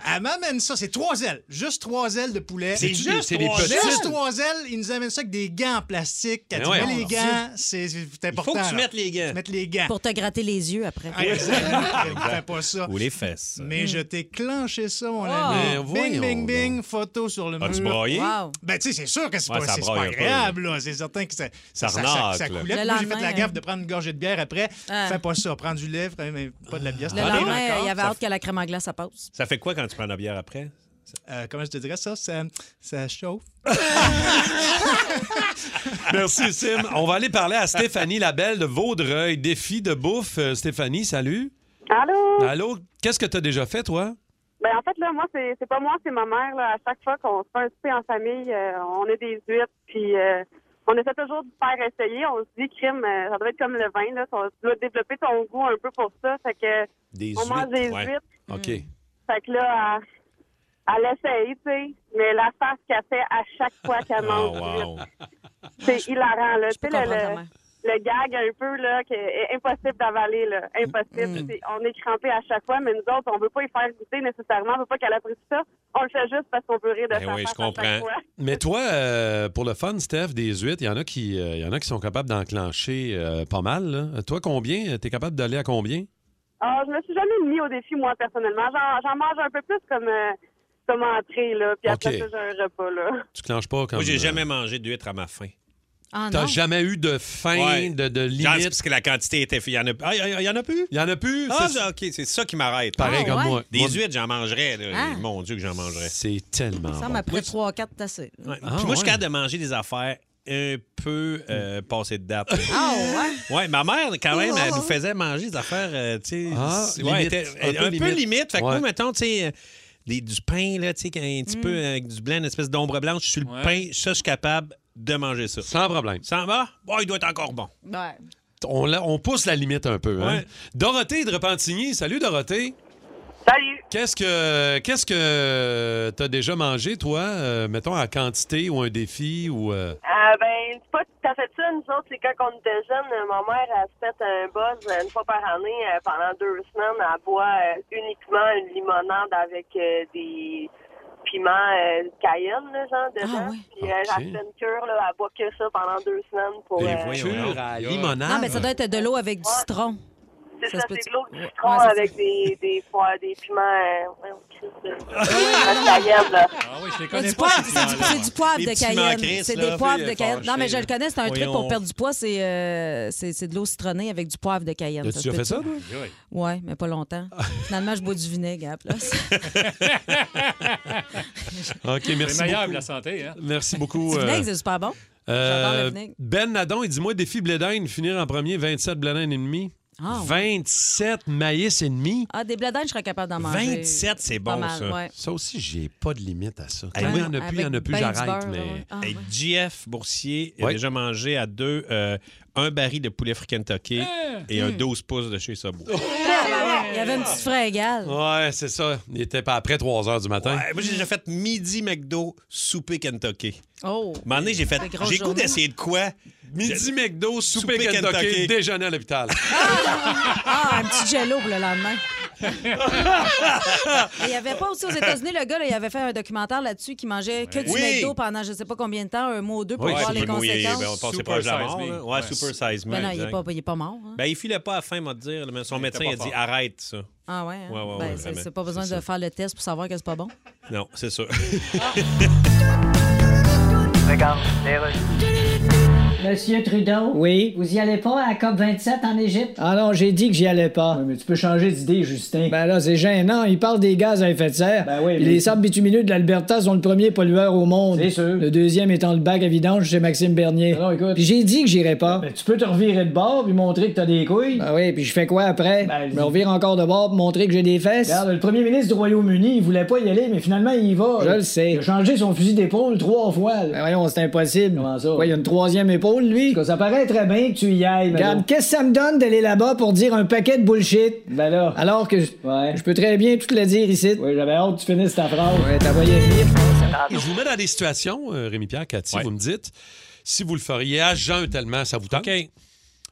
Speaker 12: Elle m'amène ça, c'est trois ailes, juste trois ailes de poulet.
Speaker 3: C'est juste c'est des
Speaker 12: Trois
Speaker 3: petites.
Speaker 12: ailes. Juste trois ailes, ils nous amènent ça avec des gants en plastique. Elle
Speaker 3: Mais
Speaker 12: dit,
Speaker 3: ouais,
Speaker 12: Mets
Speaker 3: mon
Speaker 12: les gants, c'est c'est
Speaker 5: Il
Speaker 12: important.
Speaker 5: faut que tu
Speaker 12: là.
Speaker 5: mettes les gants.
Speaker 12: Tu mettes les gants.
Speaker 6: Pour te gratter les yeux après.
Speaker 12: Ah, exactement. Fais pas ça.
Speaker 5: Ou les fesses.
Speaker 6: Hmm.
Speaker 12: Mais je t'ai clenché ça,
Speaker 6: Oh,
Speaker 12: mon
Speaker 5: Ah,
Speaker 3: Mais
Speaker 12: ami.
Speaker 3: voyons
Speaker 12: Bing, bing, bing, photo sur le
Speaker 5: As-tu
Speaker 12: mur.
Speaker 5: braillé?
Speaker 6: Wow.
Speaker 12: Ben, tu sais, c'est sûr que c'est
Speaker 5: Ouais,
Speaker 12: pas,
Speaker 5: ça
Speaker 12: c'est
Speaker 5: braille
Speaker 12: pas
Speaker 5: un peu,
Speaker 12: agréable, là. C'est certain que ça,
Speaker 5: Ça
Speaker 12: ça,
Speaker 5: renacle.
Speaker 12: ça coulait.
Speaker 6: Le
Speaker 12: Moi, j'ai fait
Speaker 6: lendemain,
Speaker 12: la
Speaker 6: euh,
Speaker 12: gaffe de prendre une gorgée de bière après.
Speaker 6: Ah.
Speaker 12: Fais pas ça. Prends du lait, prends- mais pas de la bière.
Speaker 6: Le
Speaker 12: c'est pas
Speaker 6: lendemain,
Speaker 12: bien.
Speaker 6: il y avait hâte que la crème en glace, ça passe.
Speaker 5: Ça fait quoi quand tu prends la bière après?
Speaker 12: euh, comment je te dirais ça? Ça, ça chauffe.
Speaker 3: Merci, Sim. On va aller parler à Stéphanie Labelle de Vaudreuil. Défi de bouffe. Euh, Stéphanie, salut.
Speaker 13: Allô?
Speaker 3: Allô, qu'est-ce que tu as déjà fait, toi?
Speaker 13: Ben, en fait, là, moi, c'est c'est pas moi, c'est ma mère. Là. À chaque fois qu'on se fait un souper en famille, euh, on a des huîtres, puis euh, on essaie toujours de faire essayer. On se dit, crime, euh, ça doit être comme le vin, là. Ça- Tu dois développer ton goût un peu pour ça. Fait que
Speaker 3: Des
Speaker 13: on mange des
Speaker 3: ouais.
Speaker 13: huîtres.
Speaker 3: OK.
Speaker 13: Fait que là, elle, elle essaye, tu sais. Mais la face qu'elle fait à chaque fois
Speaker 5: Ah,
Speaker 13: qu'elle
Speaker 2: Ah,
Speaker 13: mange
Speaker 3: Oh,
Speaker 13: une
Speaker 3: wow.
Speaker 13: C'est hilarant, là. Tu sais,
Speaker 6: Ah, peux
Speaker 13: le,
Speaker 6: comprendre ta
Speaker 13: le,
Speaker 6: mère.
Speaker 13: le gag un peu, là, que est impossible d'avaler, là.
Speaker 6: Mm.
Speaker 13: Impossible. C'est- On est crampé à chaque fois, mais nous autres, on veut pas y faire goûter nécessairement. On veut pas qu'elle apprécie ça. On le fait juste parce qu'on veut rire de
Speaker 4: Eh
Speaker 3: Ben
Speaker 13: sa
Speaker 3: oui,
Speaker 13: face
Speaker 3: je
Speaker 13: à chaque
Speaker 3: comprends.
Speaker 13: fois.
Speaker 3: Mais toi, euh, pour le fun, Steph, des 8, il y en a qui, euh, il y en a qui sont capables d'enclencher euh, pas mal. là. Toi, combien? T'es capable d'aller à combien?
Speaker 13: Ah, je me suis jamais mis au défi, moi, personnellement. J'en- J'en mange un peu plus comme, euh, comme entrée, là. Puis après
Speaker 5: Ok.
Speaker 13: ça, j'ai un repas, là.
Speaker 3: Tu clenches pas comme.
Speaker 5: Moi, j'ai
Speaker 3: euh,
Speaker 5: jamais mangé d'huître à ma faim.
Speaker 13: Ah,
Speaker 3: T'as jamais eu de faim,
Speaker 5: Ouais.
Speaker 3: de, de
Speaker 5: Genre, c'est
Speaker 3: limite.
Speaker 5: parce que la quantité était. Il y en a, ah, il y en a plus?
Speaker 3: Il y en a plus.
Speaker 5: Ah,
Speaker 3: c'est-
Speaker 5: OK, c'est ça qui m'arrête.
Speaker 3: Pareil Ah, comme ouais. moi.
Speaker 5: Des
Speaker 3: Moi-
Speaker 5: huîtres, j'en mangerais. là.
Speaker 6: Ah.
Speaker 5: Mon Dieu, que j'en mangerais.
Speaker 3: C'est tellement.
Speaker 5: Ah,
Speaker 6: Ça, mais après 3-4, t'as assez.
Speaker 5: Ouais.
Speaker 3: Ah,
Speaker 5: Puis moi, je suis capable de manger des affaires un peu euh, passées de date.
Speaker 6: Ah, ouais?
Speaker 5: Ouais, ma mère, quand même, elle nous faisait manger des affaires, euh, tu sais,
Speaker 3: Ah,
Speaker 5: c'est- ouais,
Speaker 3: limite.
Speaker 5: elle était-
Speaker 3: Un
Speaker 5: un,
Speaker 3: peu
Speaker 5: peu
Speaker 3: limite.
Speaker 5: limite. Fait que
Speaker 3: Ouais.
Speaker 5: moi, mettons, tu sais, euh, des- du pain, là, tu sais, un petit peu euh, avec du blanc, une espèce d'ombre blanche sur le pain, ça, je suis capable de manger ça.
Speaker 3: Sans problème.
Speaker 5: Sans va? Bon, il doit être encore bon.
Speaker 6: Ouais.
Speaker 3: On, la- on pousse la limite un peu. hein.
Speaker 5: Ouais.
Speaker 3: Dorothée de Repentigny. Salut, Dorothée.
Speaker 13: Salut.
Speaker 3: Qu'est-ce que qu'est-ce que t'as déjà mangé, toi, euh, mettons, en quantité ou un défi ou. euh,
Speaker 14: Ah ben, c'est pas tout à fait ça. Nous autres, c'est quand on était jeunes, euh, ma mère, elle se fait un buzz euh, une fois par année euh, pendant deux semaines. Elle boit euh, uniquement une limonade avec euh, des piments euh, cayenne, là, genre,
Speaker 6: Ah,
Speaker 14: dedans. Puis euh,
Speaker 3: Ok.
Speaker 14: elle se fait une cure, là, elle boit que ça pendant deux semaines pour...
Speaker 3: Des
Speaker 14: euh,
Speaker 3: voitures à limonade.
Speaker 6: Non, mais ça doit être de l'eau avec du citron.
Speaker 14: C'est ça,
Speaker 6: se peut-tu?
Speaker 14: c'est de l'eau de
Speaker 6: Ouais,
Speaker 14: citron
Speaker 6: ouais, c'est
Speaker 14: avec des, des, fois, des piments... euh, ouais, on crie ça.
Speaker 6: Ah,
Speaker 14: Piments de cayenne, là.
Speaker 4: Ah oui, je les
Speaker 6: C'est
Speaker 4: connais
Speaker 6: du
Speaker 4: pas.
Speaker 6: poivre,
Speaker 4: ces
Speaker 6: c'est du,
Speaker 4: gens-là.
Speaker 6: c'est du poivre
Speaker 4: Les
Speaker 6: de
Speaker 4: petits
Speaker 6: Cayenne.
Speaker 4: mancrisses,
Speaker 6: C'est
Speaker 4: là, euh,
Speaker 6: des poivres
Speaker 3: euh,
Speaker 4: fait
Speaker 6: de Cayenne. Non, mais je
Speaker 4: fâcher.
Speaker 6: le connais, c'est un truc pour
Speaker 4: Voyons.
Speaker 6: perdre du poids, c'est euh, c'est c'est de l'eau citronnée avec du poivre de Cayenne.
Speaker 3: As-tu
Speaker 6: se
Speaker 3: déjà fait ça,
Speaker 6: peut-tu?
Speaker 3: toi? Oui.
Speaker 6: Ouais, mais pas longtemps. Finalement, je bois du vinaigre à la place.
Speaker 3: OK,
Speaker 4: C'est
Speaker 3: merci.
Speaker 4: meilleur
Speaker 3: beaucoup.
Speaker 4: pour la santé, hein?
Speaker 3: Merci beaucoup.
Speaker 6: Du
Speaker 3: euh,
Speaker 6: vinaigre, c'est super bon. J'adore le vinaigre.
Speaker 3: ben Nadon, il dit moi défi Bledin, finir en premier 27 Bledin et demi.
Speaker 6: Ah,
Speaker 3: 27 maïs et demi.
Speaker 6: Ah, des bledins, je serais capable d'en manger. Pas mal, ouais.
Speaker 3: Ça Eh aussi, j'ai pas de limite à ça.
Speaker 5: Hey,
Speaker 3: Quand
Speaker 5: moi-
Speaker 3: il y en a plus, il y en a
Speaker 5: Avec
Speaker 3: plus,
Speaker 5: ben du
Speaker 3: j'arrête.
Speaker 5: beurre,
Speaker 3: Mais...
Speaker 5: ouais. Hey, JF Boursier a
Speaker 3: Ouais.
Speaker 5: déjà mangé à deux euh, un baril de poulet frit Kentucky et un
Speaker 6: Hmm.
Speaker 5: 12 pouces de chez Subway.
Speaker 6: Ah, Il y avait une petite fringale.
Speaker 3: Ouais, c'est ça. Il était pas après 3 heures du matin.
Speaker 5: Ouais, moi, j'ai déjà fait midi McDo, souper Kentucky.
Speaker 6: Oh!
Speaker 5: Un moment donné, j'ai fait.
Speaker 3: C'est grosse
Speaker 5: J'ai le goût
Speaker 3: journée.
Speaker 5: d'essayer de quoi?
Speaker 3: Midi McDo, souper, Kentucky, déjeuner à l'hôpital.
Speaker 6: Ah, un petit jello pour le lendemain. Mais Il y avait pas aussi aux États-Unis, le gars, là, il avait fait un documentaire là-dessus qui mangeait que du
Speaker 5: Oui.
Speaker 6: McDo pendant je sais pas combien de temps, un mois ou deux pour
Speaker 5: Ouais,
Speaker 6: voir les
Speaker 5: super mouillé,
Speaker 6: conséquences.
Speaker 5: ben, on pensait pas à la mort, là. Ouais, super size me.
Speaker 6: Ben non, il est
Speaker 5: exact.
Speaker 6: pas, il est pas mort. hein.
Speaker 5: Ben, il filait pas à la fin, m'a dit. Mais son
Speaker 6: Il était
Speaker 5: médecin
Speaker 6: pas
Speaker 5: a dit
Speaker 6: fort.
Speaker 5: arrête ça.
Speaker 6: Ah ouais? hein?
Speaker 5: Ouais, ouais,
Speaker 6: Ben,
Speaker 5: ouais,
Speaker 6: c'est-
Speaker 5: vraiment.
Speaker 6: c'est pas besoin de faire le test pour savoir que c'est pas bon.
Speaker 5: Non, c'est sûr.
Speaker 6: Ah!
Speaker 9: Regarde,
Speaker 11: Monsieur Trudeau. Oui. Vous y allez pas à la COP27 en Égypte?
Speaker 7: Ah non, j'ai dit que j'y allais pas.
Speaker 11: mais tu peux changer d'idée, Justin.
Speaker 7: Ben là, c'est gênant. Il parle des gaz à effet de serre.
Speaker 11: Ben oui,
Speaker 7: Puis
Speaker 11: mais-
Speaker 7: Les sables bitumineux de l'Alberta sont le premier pollueur au monde.
Speaker 11: C'est sûr. Ben
Speaker 7: Le deuxième étant le bac à vidange chez Maxime Bernier.
Speaker 11: Non, écoute.
Speaker 7: Puis j'ai dit que j'irais pas.
Speaker 11: Ben, tu peux te revirer de bord puis montrer que t'as des couilles.
Speaker 7: Ben oui, puis je fais quoi après?
Speaker 11: Ben,
Speaker 7: je me revire encore de bord pour montrer que j'ai des fesses.
Speaker 11: Regarde, le premier ministre du Royaume-Uni, il voulait pas y aller, mais finalement, il y va.
Speaker 7: Je le sais.
Speaker 11: Il a changé son fusil d'épaule trois fois.
Speaker 7: Ben
Speaker 11: là.
Speaker 7: voyons, c'est impossible. Comment ça? il y a une troisième épaule, lui.
Speaker 11: Ça paraît très bien que tu y ailles, mais
Speaker 7: Regarde, qu'est-ce que ça me donne d'aller là-bas pour dire un paquet de bullshit?
Speaker 11: Ben là.
Speaker 7: Alors que je je peux très bien tout le dire ici.
Speaker 11: Oui, j'avais hâte que tu finisses ta phrase.
Speaker 7: Ouais, t'as voyé venir.
Speaker 3: Je vous mets dans des situations, euh, Rémi-Pierre, Cathy, vous me dites si vous le feriez à jeun tellement ça vous tente.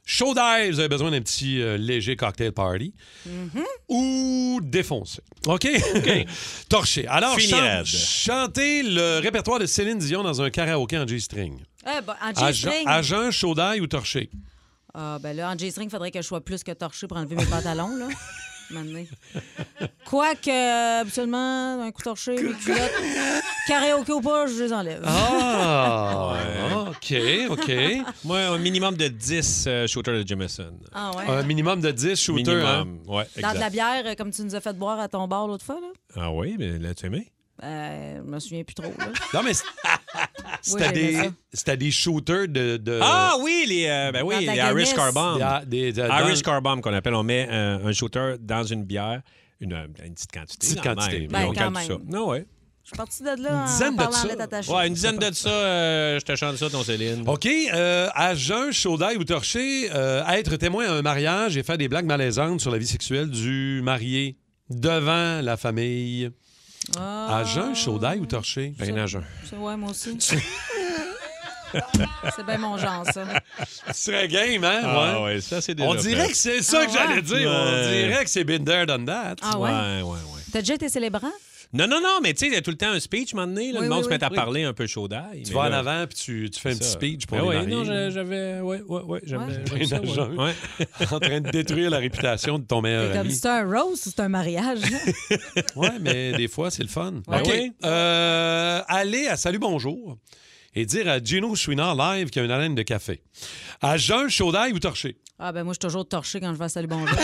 Speaker 3: Chaud d'ail, vous avez besoin d'un petit euh, léger cocktail party.
Speaker 6: Mm-hmm.
Speaker 3: Ou défoncé. OK? Torché. Alors,
Speaker 5: Fini
Speaker 3: chan-
Speaker 5: raide.
Speaker 3: chantez le répertoire de Céline Dion dans un karaoké en G-string.
Speaker 6: Eh ben, en
Speaker 3: À jeun-
Speaker 6: G-string.
Speaker 3: à jeun, chaud d'ail ou torché?
Speaker 6: Ah, ben là, en G-string, faudrait que je sois plus que torché pour enlever mes pantalons, là. Maintenant. Quoique, euh, habituellement, un coup torché, une culotte, karaoké ou pas, je les enlève.
Speaker 3: Ah, OK, OK.
Speaker 5: Moi, un minimum de 10 euh, shooters de Jameson.
Speaker 6: Ah ouais.
Speaker 3: Un minimum de 10 shooters. hein?
Speaker 5: Minimum, ouais,
Speaker 6: Dans de la
Speaker 5: exact.
Speaker 6: bière, euh, comme tu nous as fait boire à ton bar l'autre fois, là.
Speaker 5: Ah oui, mais là, tu aimé?
Speaker 6: Euh, je me souviens plus trop. Là.
Speaker 3: Non, mais c'est- c'était
Speaker 6: Oui, j'aimais
Speaker 3: des,
Speaker 6: ça.
Speaker 3: c'était des shooters de. de-
Speaker 5: Ah oui, les, euh, ben oui, les Irish
Speaker 3: Antagonistes.
Speaker 5: Car Bomb.
Speaker 3: Des- des- dans-
Speaker 5: Irish Car Bomb qu'on appelle. On met euh, un shooter dans une bière, une, euh, une petite quantité.
Speaker 3: Petite
Speaker 5: quand
Speaker 3: quantité.
Speaker 5: même,
Speaker 3: Ben,
Speaker 5: puis on
Speaker 6: quand
Speaker 5: calme
Speaker 6: même.
Speaker 5: tout ça. Non, ouais.
Speaker 6: Je suis partie de là en
Speaker 3: dizaine de
Speaker 6: parlant
Speaker 3: ça.
Speaker 6: en lettres attachées.
Speaker 5: Ouais, une dizaine de ça, euh, je te chante ça, ton Céline.
Speaker 3: OK, euh, à jeun, chaud d'ail ou torché, euh, être témoin à un mariage et faire des blagues malaisantes sur la vie sexuelle du marié devant la famille.
Speaker 6: Ah.
Speaker 3: À jeun, chaud d'ail ou torché? Ben,
Speaker 5: à jeun.
Speaker 6: C'est- Ouais, moi aussi. c'est bien mon genre, ça.
Speaker 3: C'est serait game, hein?
Speaker 5: Ah ouais, ça, c'est déjà
Speaker 3: On dirait
Speaker 5: fait.
Speaker 3: que c'est ça
Speaker 6: Ah
Speaker 3: que j'allais
Speaker 6: ouais?
Speaker 3: dire. On
Speaker 5: Ouais.
Speaker 3: dirait que c'est been there, done that.
Speaker 6: Ah ouais?
Speaker 5: Ouais, ouais, ouais.
Speaker 6: T'as déjà été célébrant?
Speaker 5: Non, non, non, mais tu sais, il y a tout le temps un speech, à un moment donné. là,
Speaker 6: Oui,
Speaker 5: le monde
Speaker 6: oui,
Speaker 5: se
Speaker 6: oui.
Speaker 5: met à
Speaker 6: Oui.
Speaker 5: parler un peu chaud d'ail.
Speaker 3: Tu
Speaker 5: mais
Speaker 3: vas en
Speaker 5: là-
Speaker 3: avant puis tu, tu fais un
Speaker 5: C'est
Speaker 3: petit
Speaker 5: ça.
Speaker 3: speech pour
Speaker 5: Ben
Speaker 3: les
Speaker 5: ouais,
Speaker 3: mariés.
Speaker 5: non, je- j'avais. Euh, Ouais, ouais, ouais. J'aimais j'aimais
Speaker 3: Plein
Speaker 5: ça. ouais.
Speaker 3: d'argent. en train de détruire la réputation de ton meilleur
Speaker 6: Comme
Speaker 3: ami.
Speaker 6: c'est un rose ou c'est un mariage?
Speaker 3: Ouais, mais des fois, c'est le fun.
Speaker 6: Ouais.
Speaker 3: OK.
Speaker 6: Oui.
Speaker 3: Euh, aller à Salut Bonjour et dire à Gino Chouinard live qu'il y a une haleine de café. À jeun, chaud d'ail ou torché?
Speaker 6: ah, ben moi, je suis toujours torchée quand je vais à Salut Bonjour. qui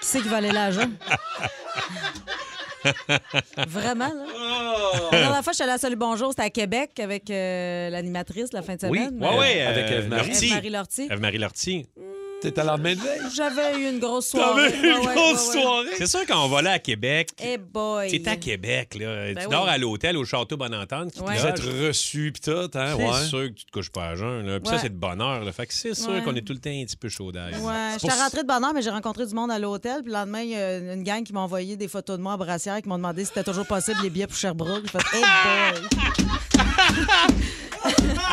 Speaker 6: c'est qui va aller là, jeune? Vraiment, là?
Speaker 5: Oh!
Speaker 6: La dernière fois, je suis allée à Salut Bonjour, c'était à Québec avec euh, l'animatrice la fin de
Speaker 5: Oui,
Speaker 6: semaine.
Speaker 5: ouais, ouais,
Speaker 6: Euh,
Speaker 5: avec
Speaker 3: euh,
Speaker 5: Eve-Marie.
Speaker 6: Eve-Marie Lortie.
Speaker 5: Eve-Marie Lortie.
Speaker 3: T'es à l'endemain de
Speaker 6: J'avais eu une grosse soirée.
Speaker 5: T'avais
Speaker 6: Ouais, ouais, ouais, ouais.
Speaker 5: C'est sûr, quand on va là à Québec,
Speaker 6: Eh boy.
Speaker 5: t'es à Québec, là.
Speaker 6: Ben
Speaker 5: tu
Speaker 6: oui.
Speaker 5: dors à l'hôtel, au château Bonne-Entente. qui te
Speaker 6: Ouais.
Speaker 5: loge.
Speaker 3: Vous êtes reçu pis tout, hein?
Speaker 5: C'est
Speaker 3: ouais.
Speaker 5: sûr que tu te couches pas à jeun. Là. Puis
Speaker 6: Ouais.
Speaker 5: ça, c'est de bonheur. Là. Fait que c'est sûr
Speaker 6: Ouais.
Speaker 5: qu'on est tout le temps un petit peu chaud d'ail.
Speaker 6: Ouais, j'étais rentrée de bonne heure, mais j'ai rencontré du monde à l'hôtel. Puis le lendemain, il y a une gang qui m'a envoyé des photos de moi en brassière qui m'ont demandé si c'était toujours possible les billets pour Sherbrooke. J'ai fait, eh boy.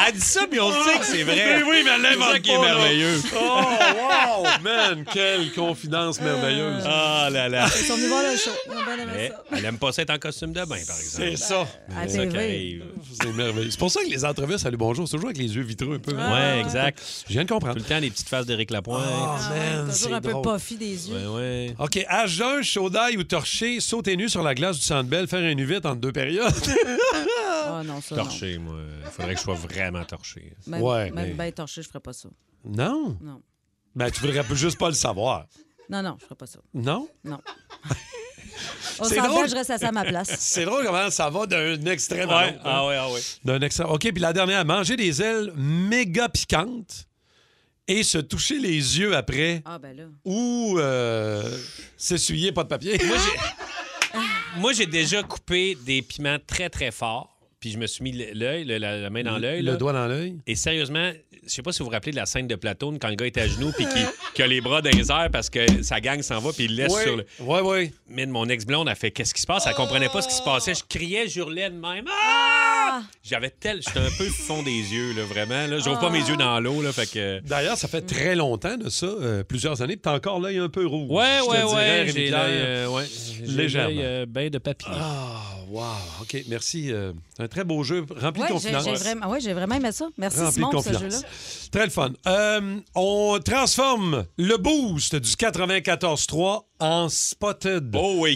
Speaker 5: Elle dit ça, puis on sait
Speaker 2: Ah,
Speaker 5: que c'est vrai.
Speaker 3: Mais oui, mais elle
Speaker 5: C'est
Speaker 3: l'invente
Speaker 5: ça qui est
Speaker 3: pas, là.
Speaker 5: merveilleux.
Speaker 3: Oh, wow, man! Quelle confidence merveilleuse.
Speaker 5: Ah là là.
Speaker 6: Ils sont venus voir le show. Ils ont bien aimé
Speaker 5: Mais
Speaker 6: ça.
Speaker 5: elle aime pas ça être en costume de bain, par exemple.
Speaker 3: C'est ça.
Speaker 6: À
Speaker 5: C'est ça qui
Speaker 6: TV.
Speaker 5: arrive.
Speaker 3: C'est merveilleux. C'est pour ça que les entrevues, salut, bonjour, c'est toujours avec les yeux vitreux un peu. hein?
Speaker 5: Ouais, exact.
Speaker 3: Je viens de comprendre.
Speaker 5: Tout le temps, les petites faces d'Éric Lapointe.
Speaker 3: Ah, man,
Speaker 6: Toujours
Speaker 3: c'est
Speaker 6: un peu
Speaker 3: drôle.
Speaker 6: puffy des yeux.
Speaker 5: Ouais, ouais.
Speaker 3: OK, à jeun, chaud d'ail ou torché, sauter nu sur la glace du Centre Bell, faire un U8 entre deux périodes.
Speaker 6: Ah non, ça. Non.
Speaker 5: Torché, moi. Il faudrait que je sois vraiment torché.
Speaker 6: Même,
Speaker 3: Ouais,
Speaker 6: même
Speaker 3: mais-
Speaker 6: bien torché, je ferais pas ça.
Speaker 3: Non?
Speaker 6: Non.
Speaker 3: Ben, tu voudrais juste pas le savoir.
Speaker 6: Non, non, je ferais pas ça.
Speaker 3: Non?
Speaker 6: Non. Au
Speaker 3: C'est
Speaker 6: centre
Speaker 3: drôle.
Speaker 6: Bell, je reste assis à ma place.
Speaker 3: C'est drôle comment ça va d'un extrême à
Speaker 5: Ouais.
Speaker 3: l'autre. hein.
Speaker 5: Ah ouais, ah ouais.
Speaker 3: D'un extrême. OK, puis la dernière, manger des ailes méga piquantes et se toucher les yeux après
Speaker 6: Ah ben là.
Speaker 3: ou euh, s'essuyer pas de papier.
Speaker 5: Moi, j'ai déjà coupé des piments très, très forts. Puis je me suis mis l'œil, le- la, la main dans l'œil.
Speaker 3: le
Speaker 5: là.
Speaker 3: doigt dans l'œil.
Speaker 5: Et sérieusement, je sais pas si vous vous rappelez de la scène de Platoon quand le gars est à genoux puis qu'il qu'il a les bras dans les airs parce que sa gang s'en va puis il le laisse
Speaker 3: Ouais,
Speaker 5: sur le.
Speaker 3: Ouais, ouais.
Speaker 5: Mais mon ex-blonde a fait qu'est-ce qui se passe? Elle comprenait pas ce qui se passait. Je criais, j'hurlais de même. Ah! J'avais tel. J'étais un peu fond des yeux, là, vraiment. Là. J'ouvre pas mes yeux dans l'eau, là. Fait que.
Speaker 3: D'ailleurs, ça fait très longtemps de ça, euh, plusieurs années, puis t'as encore l'œil un peu rouge.
Speaker 5: Ouais,
Speaker 3: je te
Speaker 5: ouais,
Speaker 3: dirais,
Speaker 5: ouais.
Speaker 3: Rémi
Speaker 5: J'ai
Speaker 3: Pierre.
Speaker 5: l'œil, euh, ouais, j'ai
Speaker 3: légèrement.
Speaker 5: l'œil, euh, ben de papier.
Speaker 3: Ah, wow. OK, merci. euh, c'est un très beau jeu, rempli
Speaker 6: Ouais,
Speaker 3: de
Speaker 6: j'ai,
Speaker 3: confiance.
Speaker 6: j'ai vraiment, ouais, j'ai vraiment aimé ça. Merci
Speaker 3: Rempli
Speaker 6: Simon
Speaker 3: de
Speaker 6: pour ce
Speaker 3: confiance.
Speaker 6: jeu-là.
Speaker 3: Très le fun. Euh, on transforme le boost du 94.3 en spotted.
Speaker 5: Oh oui.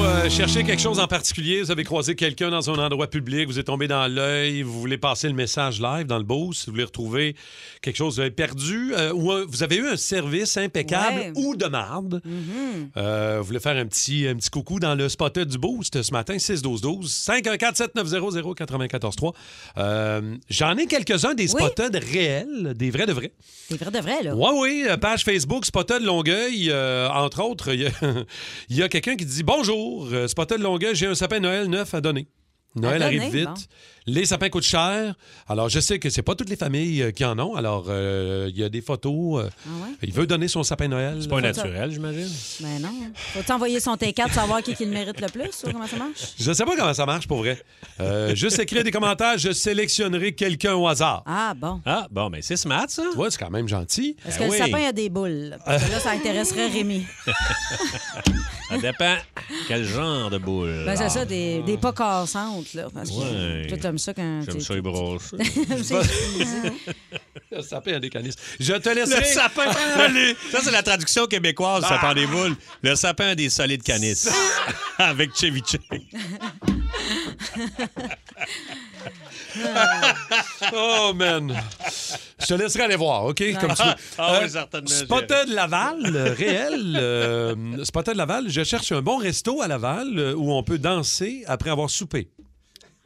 Speaker 3: euh, cherchez quelque chose en particulier, vous avez croisé quelqu'un dans un endroit public, vous êtes tombé dans l'œil, vous voulez passer le message live dans le boost, vous voulez retrouver quelque chose que vous avez perdu euh, ou un- vous avez eu un service impeccable
Speaker 6: Ouais.
Speaker 3: ou de marde. Euh, vous voulez faire un petit, un petit coucou dans le spotted du Boost ce matin, 6-12-12, 514-7900-943. Euh, J'en ai quelques-uns des
Speaker 6: Oui. Ah.
Speaker 3: spotted réels, des vrais de vrais.
Speaker 6: C'est vrai de vrai, là.
Speaker 3: Oui, oui, euh, page Facebook, Spotted Longueuil. euh, entre autres, il y a- il y a, quelqu'un qui dit Bonjour, euh, Spotted Longueuil, j'ai un sapin Noël neuf à donner. Noël
Speaker 6: À donner,
Speaker 3: arrive vite.
Speaker 6: bon.
Speaker 3: Les sapins coûtent cher. Alors, je sais que c'est pas toutes les familles euh, qui en ont. Alors, euh, il y a des photos. euh,
Speaker 6: Ah Mm.
Speaker 3: Il veut donner son sapin Noël.
Speaker 5: C'est pas naturel, j'imagine.
Speaker 6: Mais Ben non. Faut-tu envoyer son T4 pour savoir qui, qui le mérite le plus ou comment ça marche?
Speaker 3: Je sais pas comment ça marche pour vrai. Euh, juste écrire des commentaires, je sélectionnerai quelqu'un au hasard.
Speaker 6: Ah bon.
Speaker 5: Ah, bon, mais c'est smart, ça.
Speaker 3: Tu vois, c'est quand même gentil.
Speaker 6: Est-ce
Speaker 5: Ben
Speaker 6: que
Speaker 5: oui.
Speaker 6: le sapin a des boules? Parce que là, ça intéresserait Rémi.
Speaker 5: Ça dépend quel genre de boule. Ah.
Speaker 6: Ben, c'est ça, des, des pas cassantes, là. Parce que
Speaker 5: Ouais.
Speaker 6: toi, t'aimes ça quand.
Speaker 5: J'aime
Speaker 6: t'es-
Speaker 5: ça, les broches.
Speaker 3: Le sapin a des canistes. Je te laisserai.
Speaker 5: Le sapin. ça, c'est la traduction
Speaker 3: Ah.
Speaker 6: Ah.
Speaker 5: québécoise, ça sapin des boules. Le sapin a des solides canisses. Avec ceviche.
Speaker 3: oh, man. Je te laisserai aller voir, OK? Comme tu veux.
Speaker 5: Ah oui,
Speaker 3: Euh,
Speaker 5: certainement,
Speaker 3: Spotted Laval, euh, réel. euh, Spotted Laval, je cherche un bon resto à Laval euh, où on peut danser après avoir soupé.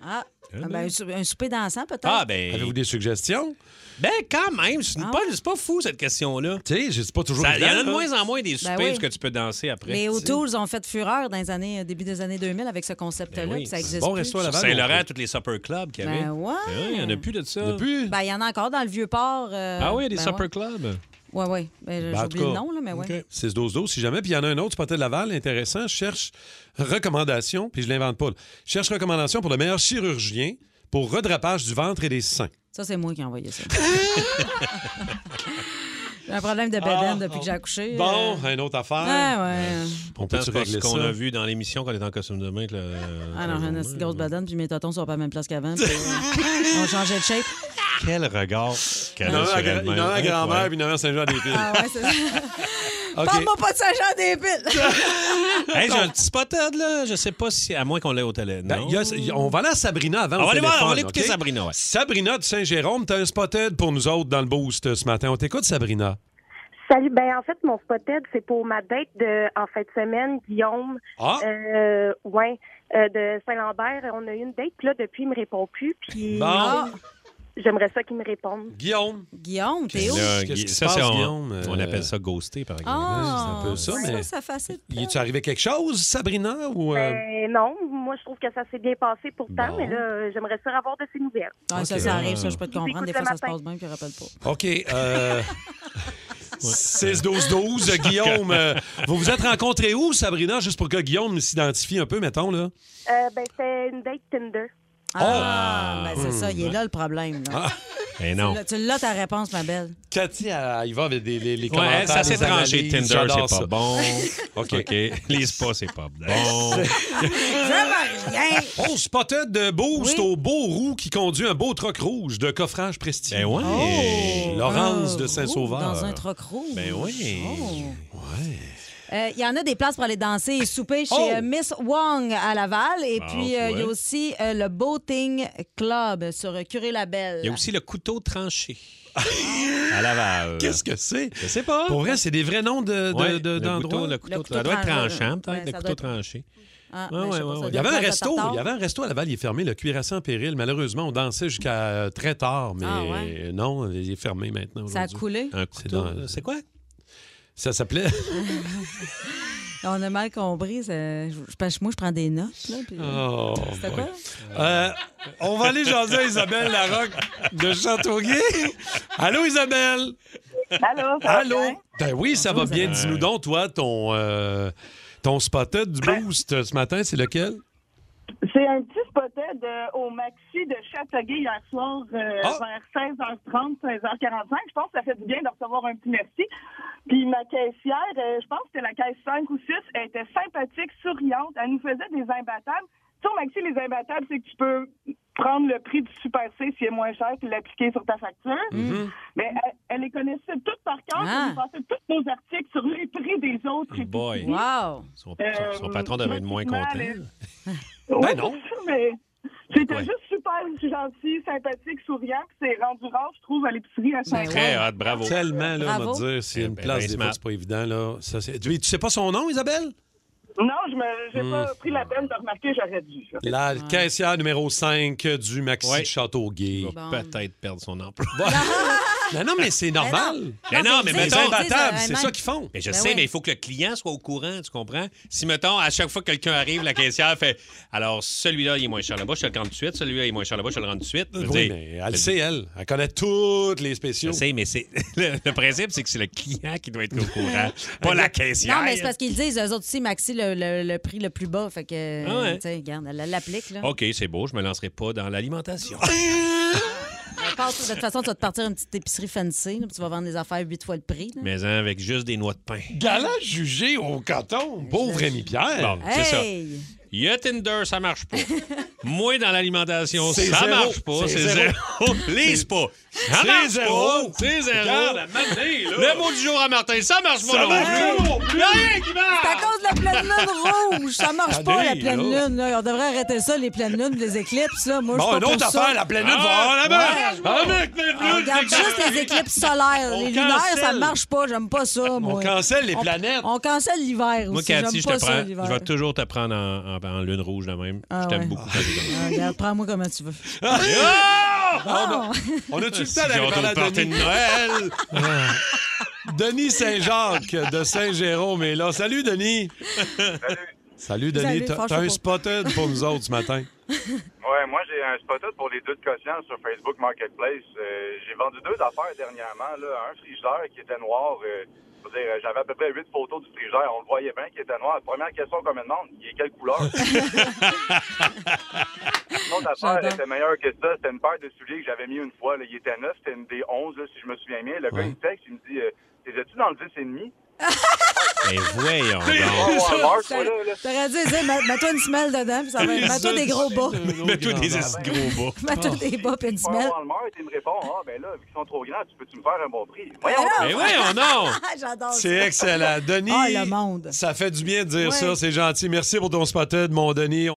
Speaker 6: Ah, ah, ben, un sou- un souper dansant, peut-être.
Speaker 5: Ah, ben.
Speaker 3: Avez-vous des suggestions?
Speaker 5: Ben, quand même, c'est une- pas, c'est pas fou cette question-là.
Speaker 3: Tu sais, c'est pas toujours.
Speaker 5: Il y en
Speaker 3: évident,
Speaker 5: a
Speaker 3: hein.
Speaker 5: de
Speaker 3: là.
Speaker 5: moins en moins des soupers
Speaker 6: Ben oui.
Speaker 5: où que tu peux danser après.
Speaker 6: Les
Speaker 5: tu sais. Ben
Speaker 6: O'Tools ont fait fureur dans les années, euh, début des années 2000 avec ce concept-là,
Speaker 5: Oui,
Speaker 6: puis ça
Speaker 5: c'est
Speaker 6: existe
Speaker 5: un Bon
Speaker 6: plus.
Speaker 5: resto à Laval. Saint-Laurent, tous les supper clubs qu'il y avait.
Speaker 6: Ben ouais.
Speaker 5: Il n'y en a plus de ça.
Speaker 3: plus.
Speaker 6: Ben, il y en a encore dans le Vieux-Port. euh,
Speaker 5: Ah oui, des
Speaker 6: ben
Speaker 5: supper
Speaker 6: ouais.
Speaker 5: clubs.
Speaker 6: Ouais, ouais. Ben,
Speaker 3: Ben, en
Speaker 6: J'oublie
Speaker 3: tout
Speaker 6: le
Speaker 3: cas,
Speaker 6: nom, là, mais ouais.
Speaker 3: OK. 6-12-12, si jamais. Puis il y en a un autre, Spotted Laval, intéressant. Je cherche recommandation, puis je l'invente pas. là. Je cherche recommandation pour le meilleur chirurgien pour redrapage du ventre et des seins.
Speaker 6: Ça, c'est moi qui ai envoyé ça. J'ai un problème de bédaine
Speaker 3: Ah,
Speaker 6: depuis
Speaker 3: oh.
Speaker 6: que j'ai accouché.
Speaker 3: Bon,
Speaker 6: euh,
Speaker 3: une autre affaire.
Speaker 6: Ouais, ouais.
Speaker 3: On
Speaker 5: peut
Speaker 3: peut-tu régler
Speaker 5: qu'on
Speaker 3: ça?
Speaker 5: a vu dans l'émission quand on était en costume de bain.
Speaker 6: Ah non, j'ai une petite grosse bédaine, puis mes totons sont pas à la même place qu'avant. puis, euh, on changeait de shape.
Speaker 5: Quel regard
Speaker 3: Il y
Speaker 5: qu'elle
Speaker 3: en a
Speaker 5: a
Speaker 3: un à
Speaker 5: sur
Speaker 3: gra-
Speaker 5: elle-même.
Speaker 3: il y en a un à grand-mère,
Speaker 5: Incroyable.
Speaker 3: puis il y en a un à Saint-Jean-des-Piles.
Speaker 6: Ah ouais, c'est ça.
Speaker 3: OK.
Speaker 6: Parle-moi pas de Saint-Jean des piles!
Speaker 5: Hey, j'ai un petit spotted, là. Je sais pas si. À moins qu'on l'ait au télé.
Speaker 3: Ben, il y a- on va aller à Sabrina avant.
Speaker 5: Ah, On
Speaker 3: au
Speaker 5: va aller voir,
Speaker 3: téléphone,
Speaker 5: on va aller écouter
Speaker 3: OK?
Speaker 5: Sabrina, ouais.
Speaker 3: Sabrina de Saint-Jérôme, t'as un spotted pour nous autres dans le boost euh, ce matin. On t'écoute, Sabrina.
Speaker 15: Salut. Ben, en fait, mon spotted, c'est pour ma date de, en fin de semaine, Guillaume.
Speaker 3: Ah.
Speaker 15: Euh, ouais, euh, de Saint-Lambert. On a eu une date, puis là, depuis, il me répond plus. Puis.
Speaker 3: Bon. Ah.
Speaker 15: J'aimerais ça qu'il me réponde.
Speaker 3: Guillaume.
Speaker 6: Guillaume, t'es où?
Speaker 5: Là,
Speaker 3: Qu'est-ce qui
Speaker 5: ça,
Speaker 3: se
Speaker 5: c'est
Speaker 3: passe,
Speaker 5: on-
Speaker 3: Guillaume? Euh,
Speaker 5: On appelle ça ghoster, par exemple.
Speaker 6: Ah,
Speaker 3: c'est un peu ça, mais-
Speaker 6: Ça, facile.
Speaker 3: Y est-tu arrivé quelque chose, Sabrina? Ou, euh,
Speaker 15: Ben, non, moi, je trouve que ça s'est bien passé pourtant, mais là, euh, j'aimerais ça avoir de ses nouvelles.
Speaker 6: Ouais, Ça,
Speaker 3: Ok.
Speaker 6: ça arrive, ça, je peux te
Speaker 15: Je vous
Speaker 6: comprendre. Des
Speaker 15: écoute
Speaker 6: fois,
Speaker 15: le
Speaker 6: ça se
Speaker 15: matin.
Speaker 6: passe bien, puis je rappelle pas.
Speaker 3: OK. euh, 6-12-12, euh, Guillaume. euh, vous vous êtes rencontrés où, Sabrina? Juste pour que Guillaume s'identifie un peu, mettons, là.
Speaker 15: Euh, ben, c'était une date Tinder.
Speaker 6: Ah, ben c'est
Speaker 3: Hmm.
Speaker 6: ça, il est là le problème. là.
Speaker 5: Ben
Speaker 6: Tu l'as- Tu l'as ta réponse, ma belle.
Speaker 3: Cathy, elle, elle y va avec des, les, les
Speaker 5: Ouais,
Speaker 3: commentaires.
Speaker 5: ça s'est
Speaker 3: les
Speaker 5: tranché.
Speaker 3: analyses,
Speaker 5: Tinder, c'est
Speaker 3: j'adore
Speaker 5: pas
Speaker 3: ça.
Speaker 5: bon.
Speaker 3: OK.
Speaker 5: OK. Les spas, c'est pas bon.
Speaker 6: Je rien.
Speaker 3: On spotted de boost au beau roux qui conduit un beau troc rouge de coffrage prestigieux.
Speaker 5: Ben ouais. Oh.
Speaker 3: Laurence
Speaker 5: Un
Speaker 3: de Saint-Sauveur.
Speaker 6: roux dans un troc rouge. Oh.
Speaker 3: Ben oui.
Speaker 6: Euh, Il y en a des places pour aller danser et souper chez
Speaker 3: Oh!
Speaker 6: euh, Miss Wong à Laval. Et
Speaker 5: Ah,
Speaker 6: puis, euh, il y a
Speaker 5: ouais.
Speaker 6: aussi euh, le Boating Club sur euh, Curé-Labelle.
Speaker 5: Il y a aussi le couteau tranché. à Laval.
Speaker 3: Qu'est-ce que c'est?
Speaker 5: Je sais pas.
Speaker 3: Pour vrai, c'est des vrais noms de- de-
Speaker 5: Ouais,
Speaker 3: de-
Speaker 5: le
Speaker 3: d'endroits.
Speaker 5: couteau, le couteau- ça doit être tranchant, peut-être, le couteau tranché.
Speaker 6: Ah,
Speaker 5: Ouais,
Speaker 6: ben, je
Speaker 5: ouais,
Speaker 6: sais
Speaker 5: ouais,
Speaker 6: pas, ça
Speaker 5: ouais.
Speaker 6: doit
Speaker 3: Il y avait
Speaker 6: être
Speaker 3: un
Speaker 6: place de
Speaker 3: resto,
Speaker 6: tartare.
Speaker 3: il y avait un resto à Laval, il est fermé, le cuirassé en péril. Malheureusement, on dansait jusqu'à euh, très tard, mais
Speaker 6: Ah ouais.
Speaker 3: non, il est fermé maintenant.
Speaker 6: Ça a
Speaker 3: aujourd'hui.
Speaker 6: coulé?
Speaker 5: Un
Speaker 3: C'est
Speaker 5: couteau,
Speaker 3: dans-
Speaker 5: C'est quoi?
Speaker 3: Ça s'appelait.
Speaker 6: On a mal compris. ça- je- parce que Moi, je prends des notes. Là, puis-
Speaker 3: Oh,
Speaker 6: C'était
Speaker 3: boy.
Speaker 6: quoi?
Speaker 3: Euh, on va aller jaser à Isabelle Larocque de Châteauguay. Allô, Isabelle?
Speaker 16: Allô? ça va
Speaker 3: Allô?
Speaker 16: bien?
Speaker 3: Ben oui, ça va bien. Dis-nous donc, toi, ton, euh, ton spotted du boost euh, ce matin, c'est lequel?
Speaker 16: C'est un petit spotted euh, au maxi de Châteauguay hier soir euh,
Speaker 5: Ah!
Speaker 16: vers 16h30, 16h45. Je pense que ça fait du bien de recevoir un petit merci. Puis ma caissière, euh, je pense que c'était la caisse 5 ou 6, elle était sympathique, souriante. Elle nous faisait des imbattables. Tu sais, au maxi, les imbattables, c'est que tu peux prendre le prix du super C s'il est moins cher puis l'appliquer sur ta facture.
Speaker 5: Mm-hmm.
Speaker 16: Mais elle, elle les connaissait toutes par cœur. Elle nous passait tous nos articles sur les prix des autres.
Speaker 5: Oh Boy.
Speaker 6: Wow!
Speaker 5: Son, son- son patron devrait être moins content.
Speaker 16: Ouais,
Speaker 5: non.
Speaker 16: c'est ça, mais C'était
Speaker 5: Ouais.
Speaker 16: juste super gentil, sympathique, souriant, puis c'est rendu rare, je trouve, à l'épicerie à
Speaker 3: Ben
Speaker 16: saint
Speaker 5: Très hot, bravo.
Speaker 3: Tellement, là, on
Speaker 16: Bravo.
Speaker 3: va dire, c'est
Speaker 5: Eh
Speaker 3: une
Speaker 5: ben,
Speaker 3: place,
Speaker 5: ben
Speaker 3: des
Speaker 5: smart.
Speaker 3: fois, c'est pas évident, là. Ça, c'est- tu, tu sais pas son nom, Isabelle?
Speaker 16: Non, je n'ai
Speaker 3: Hmm.
Speaker 16: pas pris la peine de remarquer, j'aurais dû. ça.
Speaker 3: La caissière numéro 5 du Maxi
Speaker 5: Ouais.
Speaker 3: de Châteauguay.
Speaker 5: Il va peut-être perdre son emploi.
Speaker 3: non, Ben non, mais c'est normal.
Speaker 5: Mais non, mais
Speaker 3: Les
Speaker 5: mettons.
Speaker 3: imbattables, c'est ça qu'ils font.
Speaker 5: Mais je sais, mais il faut que le client soit au courant, tu comprends? Si, mettons, à chaque fois que quelqu'un arrive, la caissière fait Alors, celui-là, il est moins cher là-bas, je te le rends tout de suite. Celui-là, il est moins cher là-bas, je te le rends tout de suite. Je veux
Speaker 3: Oui,
Speaker 5: dire,
Speaker 3: mais elle le sait, elle. Elle connaît toutes les spéciaux.
Speaker 5: Je sais, mais c'est le, le principe, c'est que c'est le client qui doit être au courant, pas la caissière.
Speaker 6: Non, mais c'est parce qu'ils disent, eux autres aussi, Maxi, le, le- le prix le plus bas. Fait que,
Speaker 5: Ah ouais.
Speaker 6: tu sais, regarde, elle l'applique. Là.
Speaker 5: OK, c'est beau, je me lancerai pas dans l'alimentation.
Speaker 6: Elle part- de toute façon, tu vas te partir une petite épicerie fancy, là, puis tu vas vendre des affaires huit fois le prix. là.
Speaker 5: mais hein, avec juste des noix de pain.
Speaker 3: Galant jugé au canton. Pauvre Rémi Pierre.
Speaker 5: Bon, c'est ça.
Speaker 6: Hey!
Speaker 5: Il y a Tinder, ça marche pas. Moi, dans l'alimentation, ça
Speaker 3: C'est zéro.
Speaker 5: marche pas.
Speaker 3: C'est
Speaker 5: C'est
Speaker 3: zéro.
Speaker 5: zéro. Lise pas. Ça
Speaker 3: C'est
Speaker 5: marche
Speaker 3: zéro.
Speaker 5: pas. C'est zéro.
Speaker 3: Regarde, à un moment donné, là.
Speaker 5: Le mot du jour à Martin, ça marche pas
Speaker 3: Ça
Speaker 5: non
Speaker 3: marche
Speaker 5: plus.
Speaker 3: pas non plus.
Speaker 5: Y a rien qui marche.
Speaker 6: C'est à cause de la pleine lune rouge. Ça marche pas, la
Speaker 3: Allez,
Speaker 6: pleine
Speaker 3: là.
Speaker 6: lune. là. On devrait arrêter ça, les pleines lunes, les éclipses. Là. Moi, je
Speaker 3: Bon,
Speaker 6: suis pas
Speaker 3: une autre
Speaker 6: pour ça.
Speaker 3: affaire, la pleine lune. va- Ah, la mec! Ah, mec, pleine
Speaker 6: On
Speaker 3: lune,
Speaker 6: regarde
Speaker 3: c'est
Speaker 6: juste
Speaker 3: que-
Speaker 6: les éclipses solaires.
Speaker 3: On
Speaker 6: les lunaires, ça
Speaker 3: cancelle.
Speaker 6: marche pas. J'aime pas ça, moi.
Speaker 3: cancelle les
Speaker 6: On-
Speaker 3: planètes.
Speaker 6: On cancelle l'hiver aussi.
Speaker 5: Moi, Cathy,
Speaker 6: J'aime
Speaker 5: je
Speaker 6: pas
Speaker 5: te
Speaker 6: ça,
Speaker 5: prends.
Speaker 6: l'hiver.
Speaker 5: Je vais toujours te prendre en, en- en lune rouge de même.
Speaker 6: Ah,
Speaker 5: je t'aime
Speaker 6: ouais.
Speaker 5: beaucoup. Cathy.
Speaker 6: Ah, regarde, prends-moi comment tu veux.
Speaker 2: Ah!
Speaker 3: On a- On a-tu le
Speaker 5: Si
Speaker 3: temps d'aller
Speaker 5: j'ai
Speaker 3: parler
Speaker 5: hâte au
Speaker 3: à
Speaker 5: party
Speaker 3: Denis?
Speaker 5: de Noël.
Speaker 3: Denis Saint-Jacques de Saint-Jérôme est là. Salut, Denis. Salut,
Speaker 17: Salut,
Speaker 3: Denis. T'as t'as
Speaker 17: fâche-toi
Speaker 3: un
Speaker 17: pas.
Speaker 3: spotted pour nous autres ce matin.
Speaker 17: Ouais, moi, j'ai un spot pour les deux de quotient sur Facebook Marketplace. Euh, j'ai vendu deux affaires dernièrement. Là. Un frigidaire qui était noir. euh, je veux dire, J'avais à peu près huit photos du frigidaire. On le voyait bien qu'il était noir. Première question qu'on me demande, il est quelle couleur? L'autre affaire elle était meilleure que ça. C'était une paire de souliers que j'avais mis une fois. Là. Il était neuf. C'était une des 11, là, si je me souviens bien. Le gars, il me texte, il me dit, euh, t'es-tu dans le 10 et demi?
Speaker 5: Mais Eh, voyons
Speaker 17: Oh,
Speaker 5: donc.
Speaker 17: Walmart,
Speaker 6: T'aurais
Speaker 17: voilà, là.
Speaker 6: t'aurais dû dire, mets- mets-toi une semelle dedans, puis ça va être. Mets-toi des gros bas.
Speaker 5: Mets-toi des esses gros bas.
Speaker 6: Mets-toi des bas, puis une
Speaker 17: Je vais
Speaker 6: semelle.
Speaker 17: à Walmart et il me répond, ah, ben là, vu qu'ils sont trop grands, tu peux-tu me faire un bon prix? Voyons,
Speaker 3: Mais Ben voyons donc.
Speaker 6: J'adore ça.
Speaker 3: C'est excellent. Denis,
Speaker 6: Ah, le monde.
Speaker 3: ça fait du bien de dire
Speaker 6: Ouais.
Speaker 3: ça. C'est gentil. Merci pour ton spotted, mon Denis.